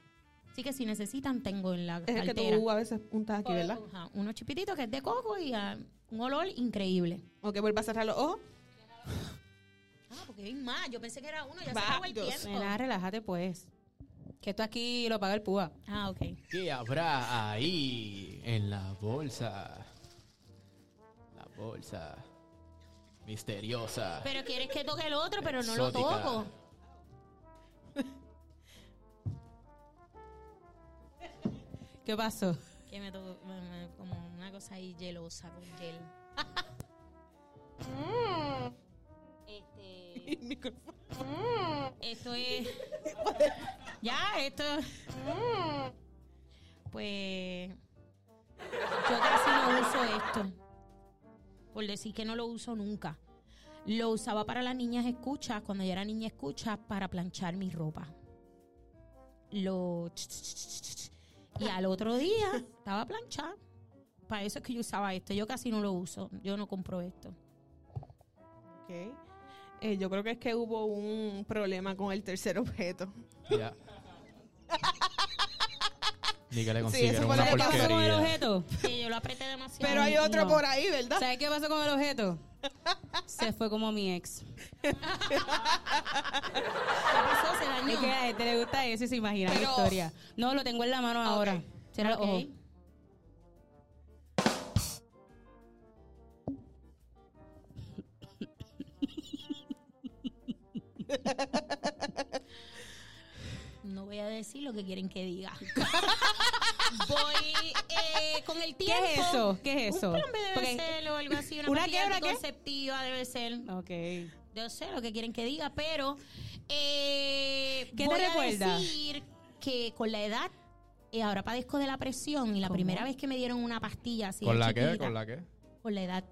Así que si necesitan, tengo en la
Es el que
cartera.
tú a veces puntas aquí, ¿verdad?
Ajá, uno chiquitito que es de coco y ah, un olor increíble.
Ok, vuelve a cerrar los ojos.
Ah, porque hay más. Yo pensé que era uno, ya se
Va,
acabó el
Dios.
tiempo.
Nena, relájate, pues. Que esto aquí lo paga el púa.
Ah, ok.
¿Qué habrá ahí en la bolsa? La bolsa misteriosa.
Pero quieres que toque el otro, pero no lo
exótica.
toco.
¿Qué pasó?
Que me tocó me- me- como una cosa ahí gelosa con gel. este, esto es. ya, esto. pues. Yo casi no uso esto. Por decir que no lo uso nunca. Lo usaba para las niñas escuchas, cuando yo era niña escucha, para planchar mi ropa. Lo. Y al otro día estaba planchada. Para eso es que yo usaba esto. Yo casi no lo uso. Yo no compro esto.
Ok. Eh, yo creo que es que hubo un problema con el tercer objeto.
Ya. Ni que le consiguieron
eso fue
una
lo que pasó
¿Qué pasó con el
porquería.
objeto?
Que yo lo apreté demasiado.
Pero hay otro
no.
por ahí, ¿verdad?
¿Sabes qué pasó con el objeto? Se fue como mi ex.
¿Qué pasó? Se
Es
dañó.
que a este le gusta eso y se imagina la
Pero-
historia. No, lo tengo en la mano ahora. Será el
Ok.
ojo.
No voy a decir lo que quieren que diga. Voy eh, con el tiempo.
¿Qué es eso? ¿Qué es eso?
Un plan B debe
Porque-
ser o algo así. Una,
¿Una
pastilla
qué, una qué?
anticonceptiva debe ser.
Ok. ¿Qué
Yo sé lo que quieren que diga, pero eh,
¿Qué te
voy
recuerda?
a decir que con la edad eh, ahora padezco de la presión y la
¿Cómo?
primera vez que me dieron una pastilla así
¿Con
de
la qué?
chiquita,
¿Con la qué?
con la edad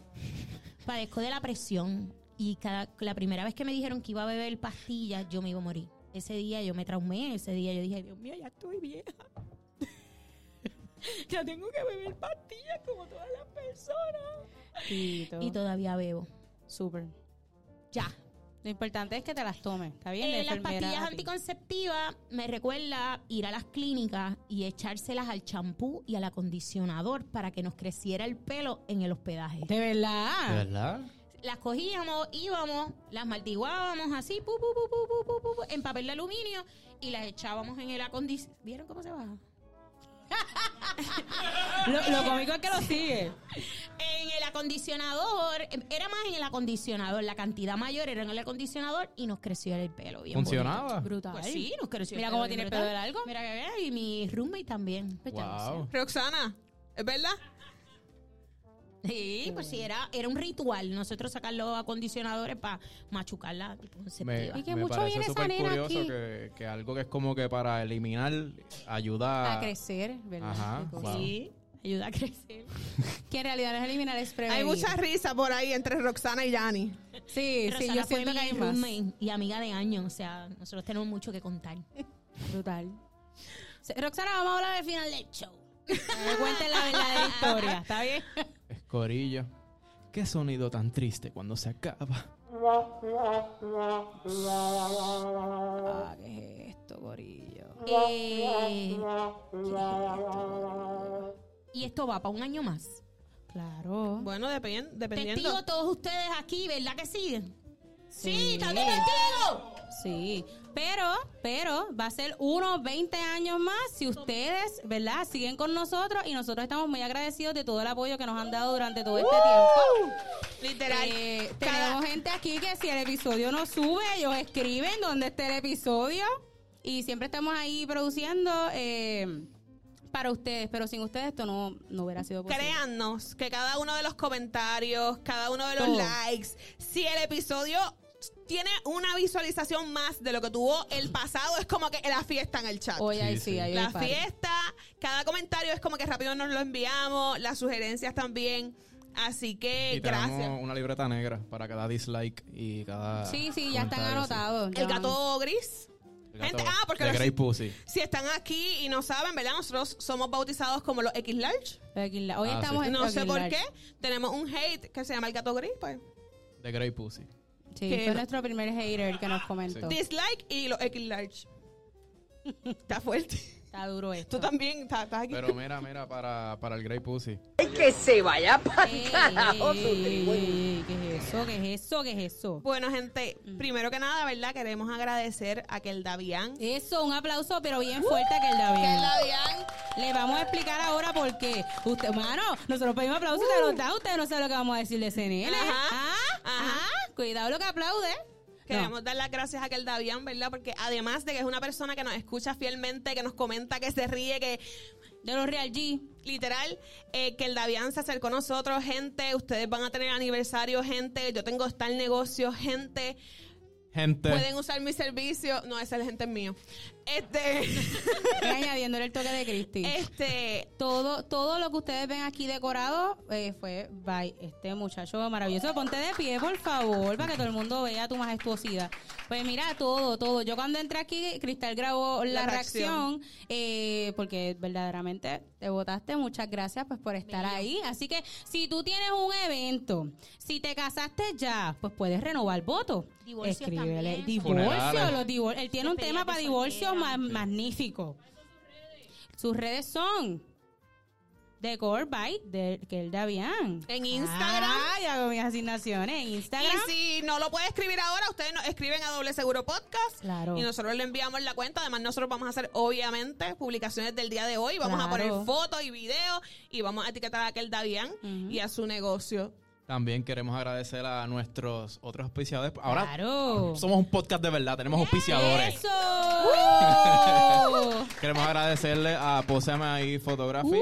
padezco de la presión y cada la primera vez que me dijeron que iba a beber pastillas yo me iba a morir. Ese día yo me traumé, ese día yo dije, Dios mío, ya estoy vieja. ya tengo que beber pastillas como todas las personas. Y todavía bebo.
Súper.
Ya,
Lo importante es que te las tomes. ¿Está bien?
Eh,
La
las
enfermera
pastillas
a ti.
anticonceptivas me recuerda ir a las clínicas y echárselas al champú y al acondicionador para que nos creciera el pelo en el hospedaje.
¿De
¿De
verdad?
¿Verdad?
Las cogíamos, íbamos, las martiguábamos así, pu, pu, pu, pu, pu, pu, pu, pu, en papel de aluminio y las echábamos en el acondicionador. ¿Vieron cómo se baja?
Lo, lo cómico es que lo sigue.
En el acondicionador, eh, era más en el acondicionador, la cantidad mayor era en el acondicionador y nos creció el pelo. Bien
¿Funcionaba?
Brutal.
Pues sí, nos creció.
Mira
el
cómo
pelo
tiene el
brutal.
pelo largo.
Mira que vea, y mi roommate también. Pues ya no sé.
Wow.
Roxana, ¿es verdad?
Sí, pues sí, era, era un ritual. Nosotros sacar los acondicionadores para machucar la
Me,
anticonceptiva.
Y que
me
mucho
parece
viene esa
súper
nena
curioso
aquí.
que, que algo que es como que para eliminar ayuda
A crecer, ¿verdad?
Ah. Ajá,
Qué cosa.
wow.
Sí, ayuda a crecer.
Que en realidad no es eliminar, es prevenir.
Hay mucha risa por ahí entre Roxana y Yani.
Sí, sí,
Rosana
yo
fue
siento que
mi
hay más.
roommate Y amiga de años, o sea, nosotros tenemos mucho que contar.
Brutal. Se- Roxana, vamos a hablar del final del show. Me cuenten la verdadera historia, ¿está bien?
Escorillo. Qué sonido tan triste cuando se acaba.
Ah, ¿qué es esto, gorillo?
Eh, y esto va para un año más.
Claro.
Bueno, depen- dependiendo.
Testigo todos ustedes aquí, ¿verdad que sí?
Sí,
¡Estamos testigos!
Sí, pero, pero va a ser unos 20 años más si ustedes, ¿verdad? Siguen con nosotros y nosotros estamos muy agradecidos de todo el apoyo que nos han dado durante todo este tiempo.
Literal.
Eh,
cada-
tenemos gente aquí que si el episodio no sube, ellos escriben dónde está el episodio y siempre estamos ahí produciendo eh, para ustedes, pero sin ustedes esto no, no hubiera sido posible.
Créannos que cada uno de los comentarios, cada uno de los
Todo.
likes, si el episodio tiene una visualización más de lo que tuvo el pasado, es como que la fiesta en el chat.
Hoy ahí
Sí,
sí,
sí.
ahí hay
la
party.
fiesta, cada comentario es como que rápido nos lo enviamos, las sugerencias también. Así
Eh,
que
y tenemos
gracias.
una libreta negra para cada dislike y cada
Sí, sí, ya están
comentario, sí.
anotados. ya
El
van.
gato gris.
El gato
Gente, ah, porque
de
los-
Grey Pussy.
Si están aquí y no saben, ¿verdad? Nosotros somos bautizados como los X-Large.
Hoy
Ah,
estamos
sí.
en
No sé por
Toquilar.
qué. Tenemos un hate que se llama el gato gris, pues.
De Grey Pussy.
Sí,
Que
fue
no-
nuestro primer hater que nos comentó.
Dislike y los X-Large. Está fuerte.
Está duro esto.
Tú también estás, estás aquí.
Pero mira, mira, para, para el Grey Pussy.
Ey, ey, ey, ¿Qué es eso? ¿Qué es eso? ¿Qué es eso?
Bueno, gente, primero que nada, ¿verdad? Queremos agradecer a que el Davián.
Eso, un aplauso, pero bien fuerte que el David.
Davián.
Le vamos a explicar ahora por qué. Usted, mano, nosotros pedimos aplausos de los da, usted no sabe lo que vamos a decir de CNN.
Ajá,
Ah,
ajá.
ah, Cuidado lo que aplaude.
Queremos dar las gracias a aquel Davián, ¿verdad? Porque además de que es una persona que nos escucha fielmente, que nos comenta, que se ríe, que
De los Real G.
Literal, eh, que el Davián se acercó a nosotros, gente. Ustedes van a tener aniversario, gente. Yo tengo tal negocio, gente.
Gente.
Pueden usar mi servicio. No, esa es la gente es mío. Este,
Y añadiéndole el toque de Cristi.
este,
Todo, todo lo que ustedes ven aquí decorado eh, fue by este muchacho maravilloso. Ponte de pie, por favor, para que todo el mundo vea tu majestuosidad. Pues mira, todo, todo. Yo cuando entré aquí, Cristal grabó la,
La
reacción, eh, porque verdaderamente te votaste. Muchas gracias pues por estar ahí. Así que si tú tienes un evento, si te casaste ya, pues puedes renovar voto.
Divorcios también.
Divorcio,
Funerales.
los divor- Él tiene un
Despedida
tema
de
para divorcio ma-
soltera.
magnífico. Sus redes son The Core by de, que el Davián.
En Instagram.
Ah, ya hago mis asignaciones. En Instagram.
Y si no lo puede escribir ahora, ustedes nos escriben a Doble Seguro Podcast.
Claro.
Y nosotros le enviamos la cuenta. Además, nosotros vamos a hacer, obviamente, publicaciones del día de hoy. Vamos a
Claro.
poner fotos y videos. Y vamos a etiquetar a aquel Davián y a su negocio.
También queremos agradecer a nuestros otros auspiciadores. Ahora
Claro.
somos un podcast de verdad, tenemos auspiciadores.
¡Eso! Uh.
Queremos agradecerle a Posame ahí Photography.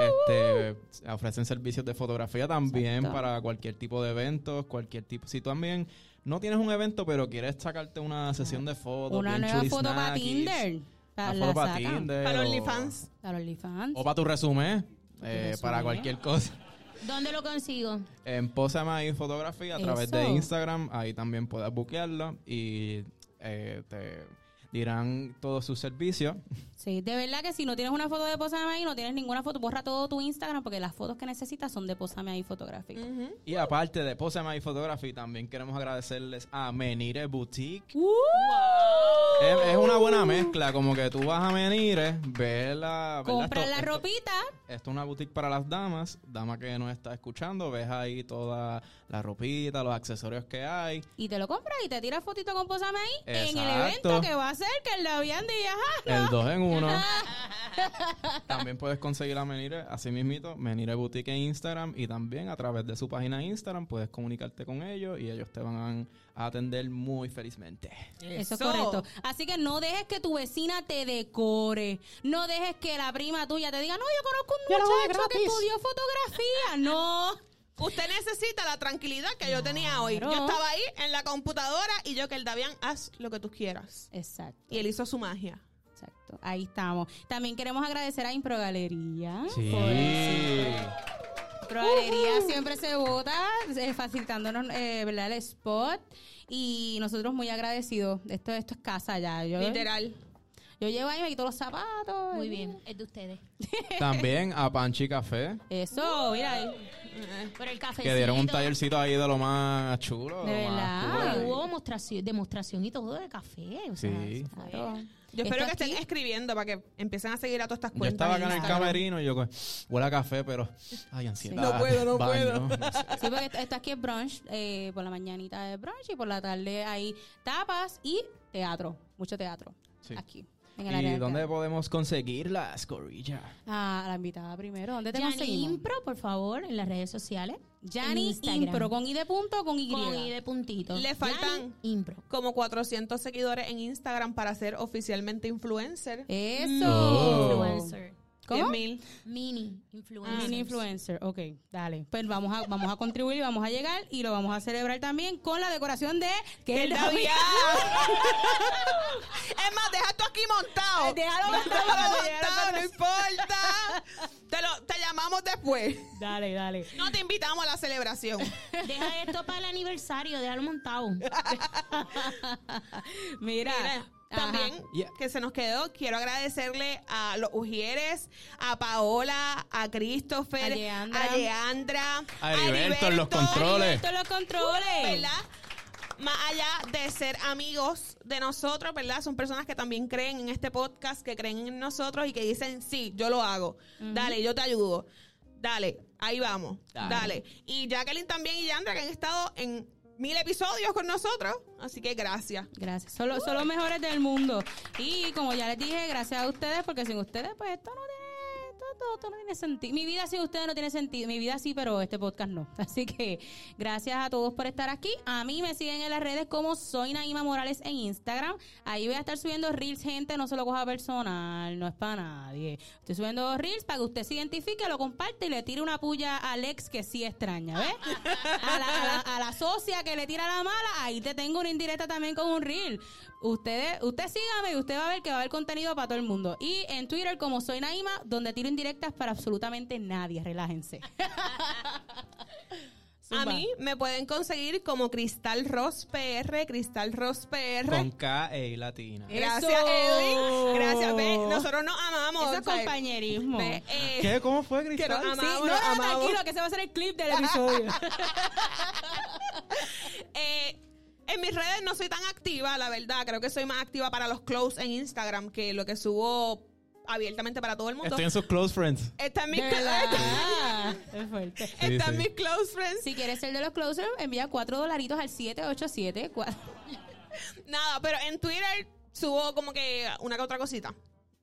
Este, ofrecen servicios de fotografía también
uh, Exacto.
para cualquier tipo de eventos, cualquier tipo. Si tú también no tienes un evento, pero quieres sacarte una sesión de fotos,
Una
bien
nueva
chuli
foto para
snackies,
Tinder. La,
Una
la
foto para
sacan.
Tinder. Oh.
Para
o-
OnlyFans.
Para OnlyFans.
O para tu resumen, eh,
resumen.
para cualquier cosa.
¿Dónde lo consigo?
En Posame ahí Photography a través
Eso.
de Instagram. Ahí también puedes buquearlo y eh, te dirán todos sus servicios.
Sí, de verdad que si no tienes una foto de Posame ahí, no tienes ninguna foto, borra todo tu Instagram porque las fotos que necesitas son de Posame ahí fotográfica.
Y aparte de Posame y Photography, también queremos agradecerles a Menire Boutique. Es, es una buena mezcla, como que tú vas a Menire, ves la... Ah, ¿verdad?
Compra
Esto-
la
esto-
ropita.
Esto es una boutique para las damas, dama que nos está escuchando, ves ahí toda la ropita, los accesorios que hay.
Y te lo compras y te tiras fotito con Posame ahí en el
Exacto.
evento que va a ser que el Davián de viajar.
El 2 en 1. también puedes conseguir a Menire, así mismito, Menire Boutique en Instagram y también a través de su página de Instagram puedes comunicarte con ellos y ellos te van a atender muy felizmente.
Eso es correcto. Así que no dejes que tu vecina te decore. No dejes que la prima tuya te diga, no, yo conozco un muchacho que estudió fotografía. No.
Usted necesita la tranquilidad que yo tenía hoy. Yo
Claro.
estaba ahí en la computadora y yo que el Davián, haz lo que tú quieras.
Exacto.
Y él hizo su magia.
Exacto, ahí estamos. También queremos agradecer a Impro Galería. Impro Galería siempre se vota, eh, facilitándonos eh, ¿verdad? el spot. Y nosotros muy agradecidos. Esto, esto es casa ya. Yo,
Literal.
yo llevo ahí, me quito los zapatos.
Muy bien, es de ustedes.
También a Panchi Café,
Eso, mira ahí.
Eh,
Pero el cafecito.
que dieron un tallercito ahí de lo más chulo.
De
lo más cool
verdad.
Ay, Ah,
ahí.
ah, Hubo mostración- demostración y todo de café. O sea,
Sí.
Claro.
Yo espero que
Esto
estén
aquí-
escribiendo para que empiecen a seguir a todas estas
Yo
cuentas.
estaba acá en
de
el
Instagram.
camerino y yo, co- huele a café, pero. Ay, ansiedad.
No puedo, no
Baño.
Sí, porque esto- esto aquí es brunch. eh, por la mañanita es brunch y por la tarde hay tapas y teatro. Mucho teatro.
Sí.
Aquí. En el área
¿Y
del
dónde
teatro.
podemos conseguirlas, Corilla?
Ah, la invitada primero. ¿Dónde te
Yanni
conseguimos?
Impro, por favor, en las redes sociales. En
Yanni
Instagram.
Impro, con I de punto o con Y.
Con I de puntito.
Le faltan-
Yanni Impro.
Como 400 seguidores en Instagram para ser oficialmente influencer.
Eso.
Mm, Influencer.
¿Cómo?
10.000.
Mini influencer.
Ah, Mini influencer, ok, dale. Pues vamos a, vamos a contribuir y vamos a llegar y lo vamos a celebrar también con la decoración de que
¡El Davián! es más, deja tú aquí montado.
Déjalo montado cuando llegue la
Eh, montado, no
persona.
importa. Te, lo, te llamamos después.
Dale, dale.
No te invitamos a la celebración.
Deja esto para el aniversario, déjalo montado.
Mira,
Mira,
ajá.
También
Yeah.
que se nos quedó, quiero agradecerle a los Ujieres, a Paola, a Christopher,
A Leandra.
a Leandra,
A Heriberto en los
controles.
controles.
Esto los controles.
¿verdad? Más allá de ser amigos de nosotros, ¿verdad? Son personas que también creen en este podcast, que creen en nosotros y que dicen, sí, yo lo hago. Dale, yo te ayudo. Dale, ahí vamos. Dale. Y Jacqueline también y Yandra que han estado en mil episodios con nosotros. Así que gracias.
Gracias. Son, los- son los mejores del mundo. Y como ya les dije, gracias a ustedes, porque sin ustedes, pues esto no tiene, esto todo, todo no tiene sentido. Mi vida sin ustedes no tiene sentido. Mi vida sí, pero este podcast no. Así que gracias a todos por estar aquí. A mí me siguen en las redes como soy Naima Morales en Instagram. Ahí voy a estar subiendo reels, gente. No se lo coja personal, no es para nadie. Estoy subiendo reels para que usted se identifique, lo comparte y le tire una puya a Alex que sí extraña, ¿ves? A la, a la- a la socia que le tira la mala, ahí te tengo una indirecta también con un reel. Ustedes, usted sígame y usted va a ver que va a haber contenido para todo el mundo. Y en Twitter, como soy Naima, donde tiro indirectas para absolutamente nadie, relájense.
A
Zumba.
mí me pueden conseguir como Cristal Ross PR, Cristal Ross PR.
Con K e I latina.
Gracias,
Eso.
Edwin. Gracias, Be. Nosotros nos amamos.
Eso es
o sea,
compañerismo.
Be, eh,
¿Qué? ¿Cómo fue,
que nos
Cristal?
amamos,
Sí, no,
nos
no,
amamos.
tranquilo, que se va a hacer el clip del episodio.
Eh, en mis redes no soy tan activa, la verdad. Creo que soy más activa para los close en Instagram que lo que subo abiertamente para todo el mundo.
Estoy en sus close friends.
Están mis,
De verdad. Es fuerte.
están
sí.
mis close friends.
Si quieres ser de los closers, envía 4 dolaritos al 787. cua-
Nada, pero en Twitter subo como que una que otra cosita.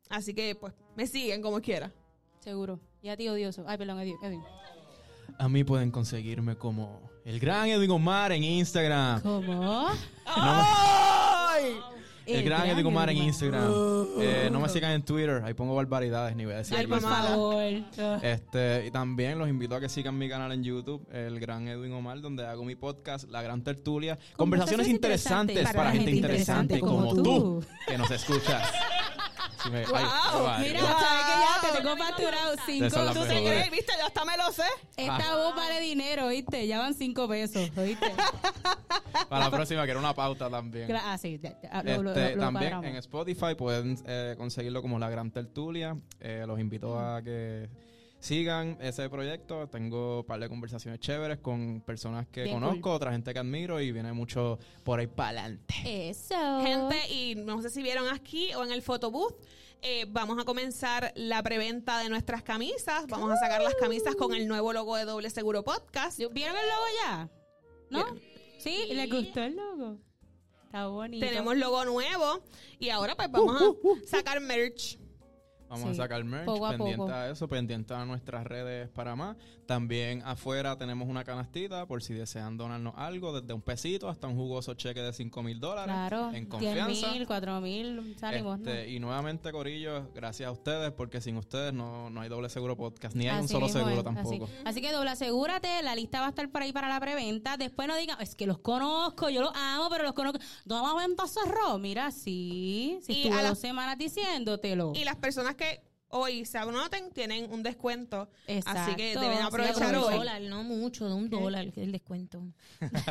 Así que, pues, me siguen como quiera.
Seguro. Ya tío odioso. Ay, perdón, Edwin. Edwin.
A mí pueden conseguirme como el gran Edwin Omar en Instagram.
¿Cómo? Eh,
¡Ay! El,
El
gran
gran
Edwin Omar en
Edwin Omar.
Instagram. Eh, no me sigan en Twitter, ahí pongo barbaridades, ni voy a decir.
Ay,
aquí.
Por
mamá.
favor.
Este, y también los invito a que sigan mi canal en YouTube, el gran Edwin Omar, donde hago mi podcast, La Gran Tertulia. Conversaciones, interesantes para, gente interesante, como, tú, que nos escuchas. Si me- ay, ay,
Mira,
ay.
sabes que ya te tengo facturado
Esas son
5.
las
¿Tú te
mejores.
crees?
Eh, ¿Viste? Yo hasta me lo sé.
Ah.
Esta voz vale dinero, ¿oíste? Ya van 5 pesos, ¿oíste?
para la próxima, que era una pauta también.
Gra- Ah, sí. ya- ya,
Este,
lo- lo- lo- lo
también
cuadramos.
en Spotify pueden eh, conseguirlo como La Gran Tertulia. Eh, los invito a que sigan ese proyecto. Tengo un par de conversaciones chéveres con personas que
Bien
conozco, otra gente que admiro y viene mucho por ahí para adelante.
Eso.
Gente, y no sé si vieron aquí o en el photobooth, eh, vamos a comenzar la preventa de nuestras camisas. Vamos a sacar las camisas con el nuevo logo de Doble Seguro Podcast.
¿Vieron el logo ya? ¿No? Sí, ¿les gustó el logo? Está bonito.
Tenemos logo nuevo y ahora
Uh,
pues vamos a sacar merch.
Vamos
Sí,
a sacar merch,
poco a
pendiente
poco.
a eso, pendiente a nuestras redes para más. También afuera tenemos una canastita por si desean donarnos algo, desde un pesito hasta un jugoso cheque de 5 mil dólares.
Claro,
en
10
confianza.
mil, 4 mil, salimos.
Este, Y nuevamente, Corillo, gracias a ustedes, porque sin ustedes no, no hay doble seguro podcast, ni hay un
Así
solo
mismo
seguro
es,
tampoco.
Así, Así que doble asegúrate, la lista va a estar por ahí para la preventa. Después no digan, es que los conozco, yo los amo, pero los conozco. No vamos a ver cerró. Mira, sí, si
Y
estuvo
a la-
dos semanas diciéndotelo.
Y las personas que hoy se anoten tienen un descuento.
Exacto.
Así que deben
Sí,
aprovechar
de un
hoy.
dólar, no mucho, de un dólar, que es el descuento. Las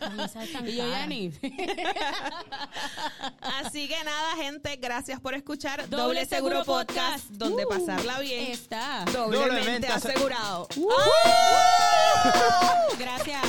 camisas están
Y yo ya
caras.
ni.
Así que nada, gente, gracias por escuchar Doble,
Doble
Seguro,
Seguro
Podcast,
Podcast.
donde
Uh,
pasarla bien.
Está.
Doblemente
Doblemente ase-
asegurado.
Uh. Gracias.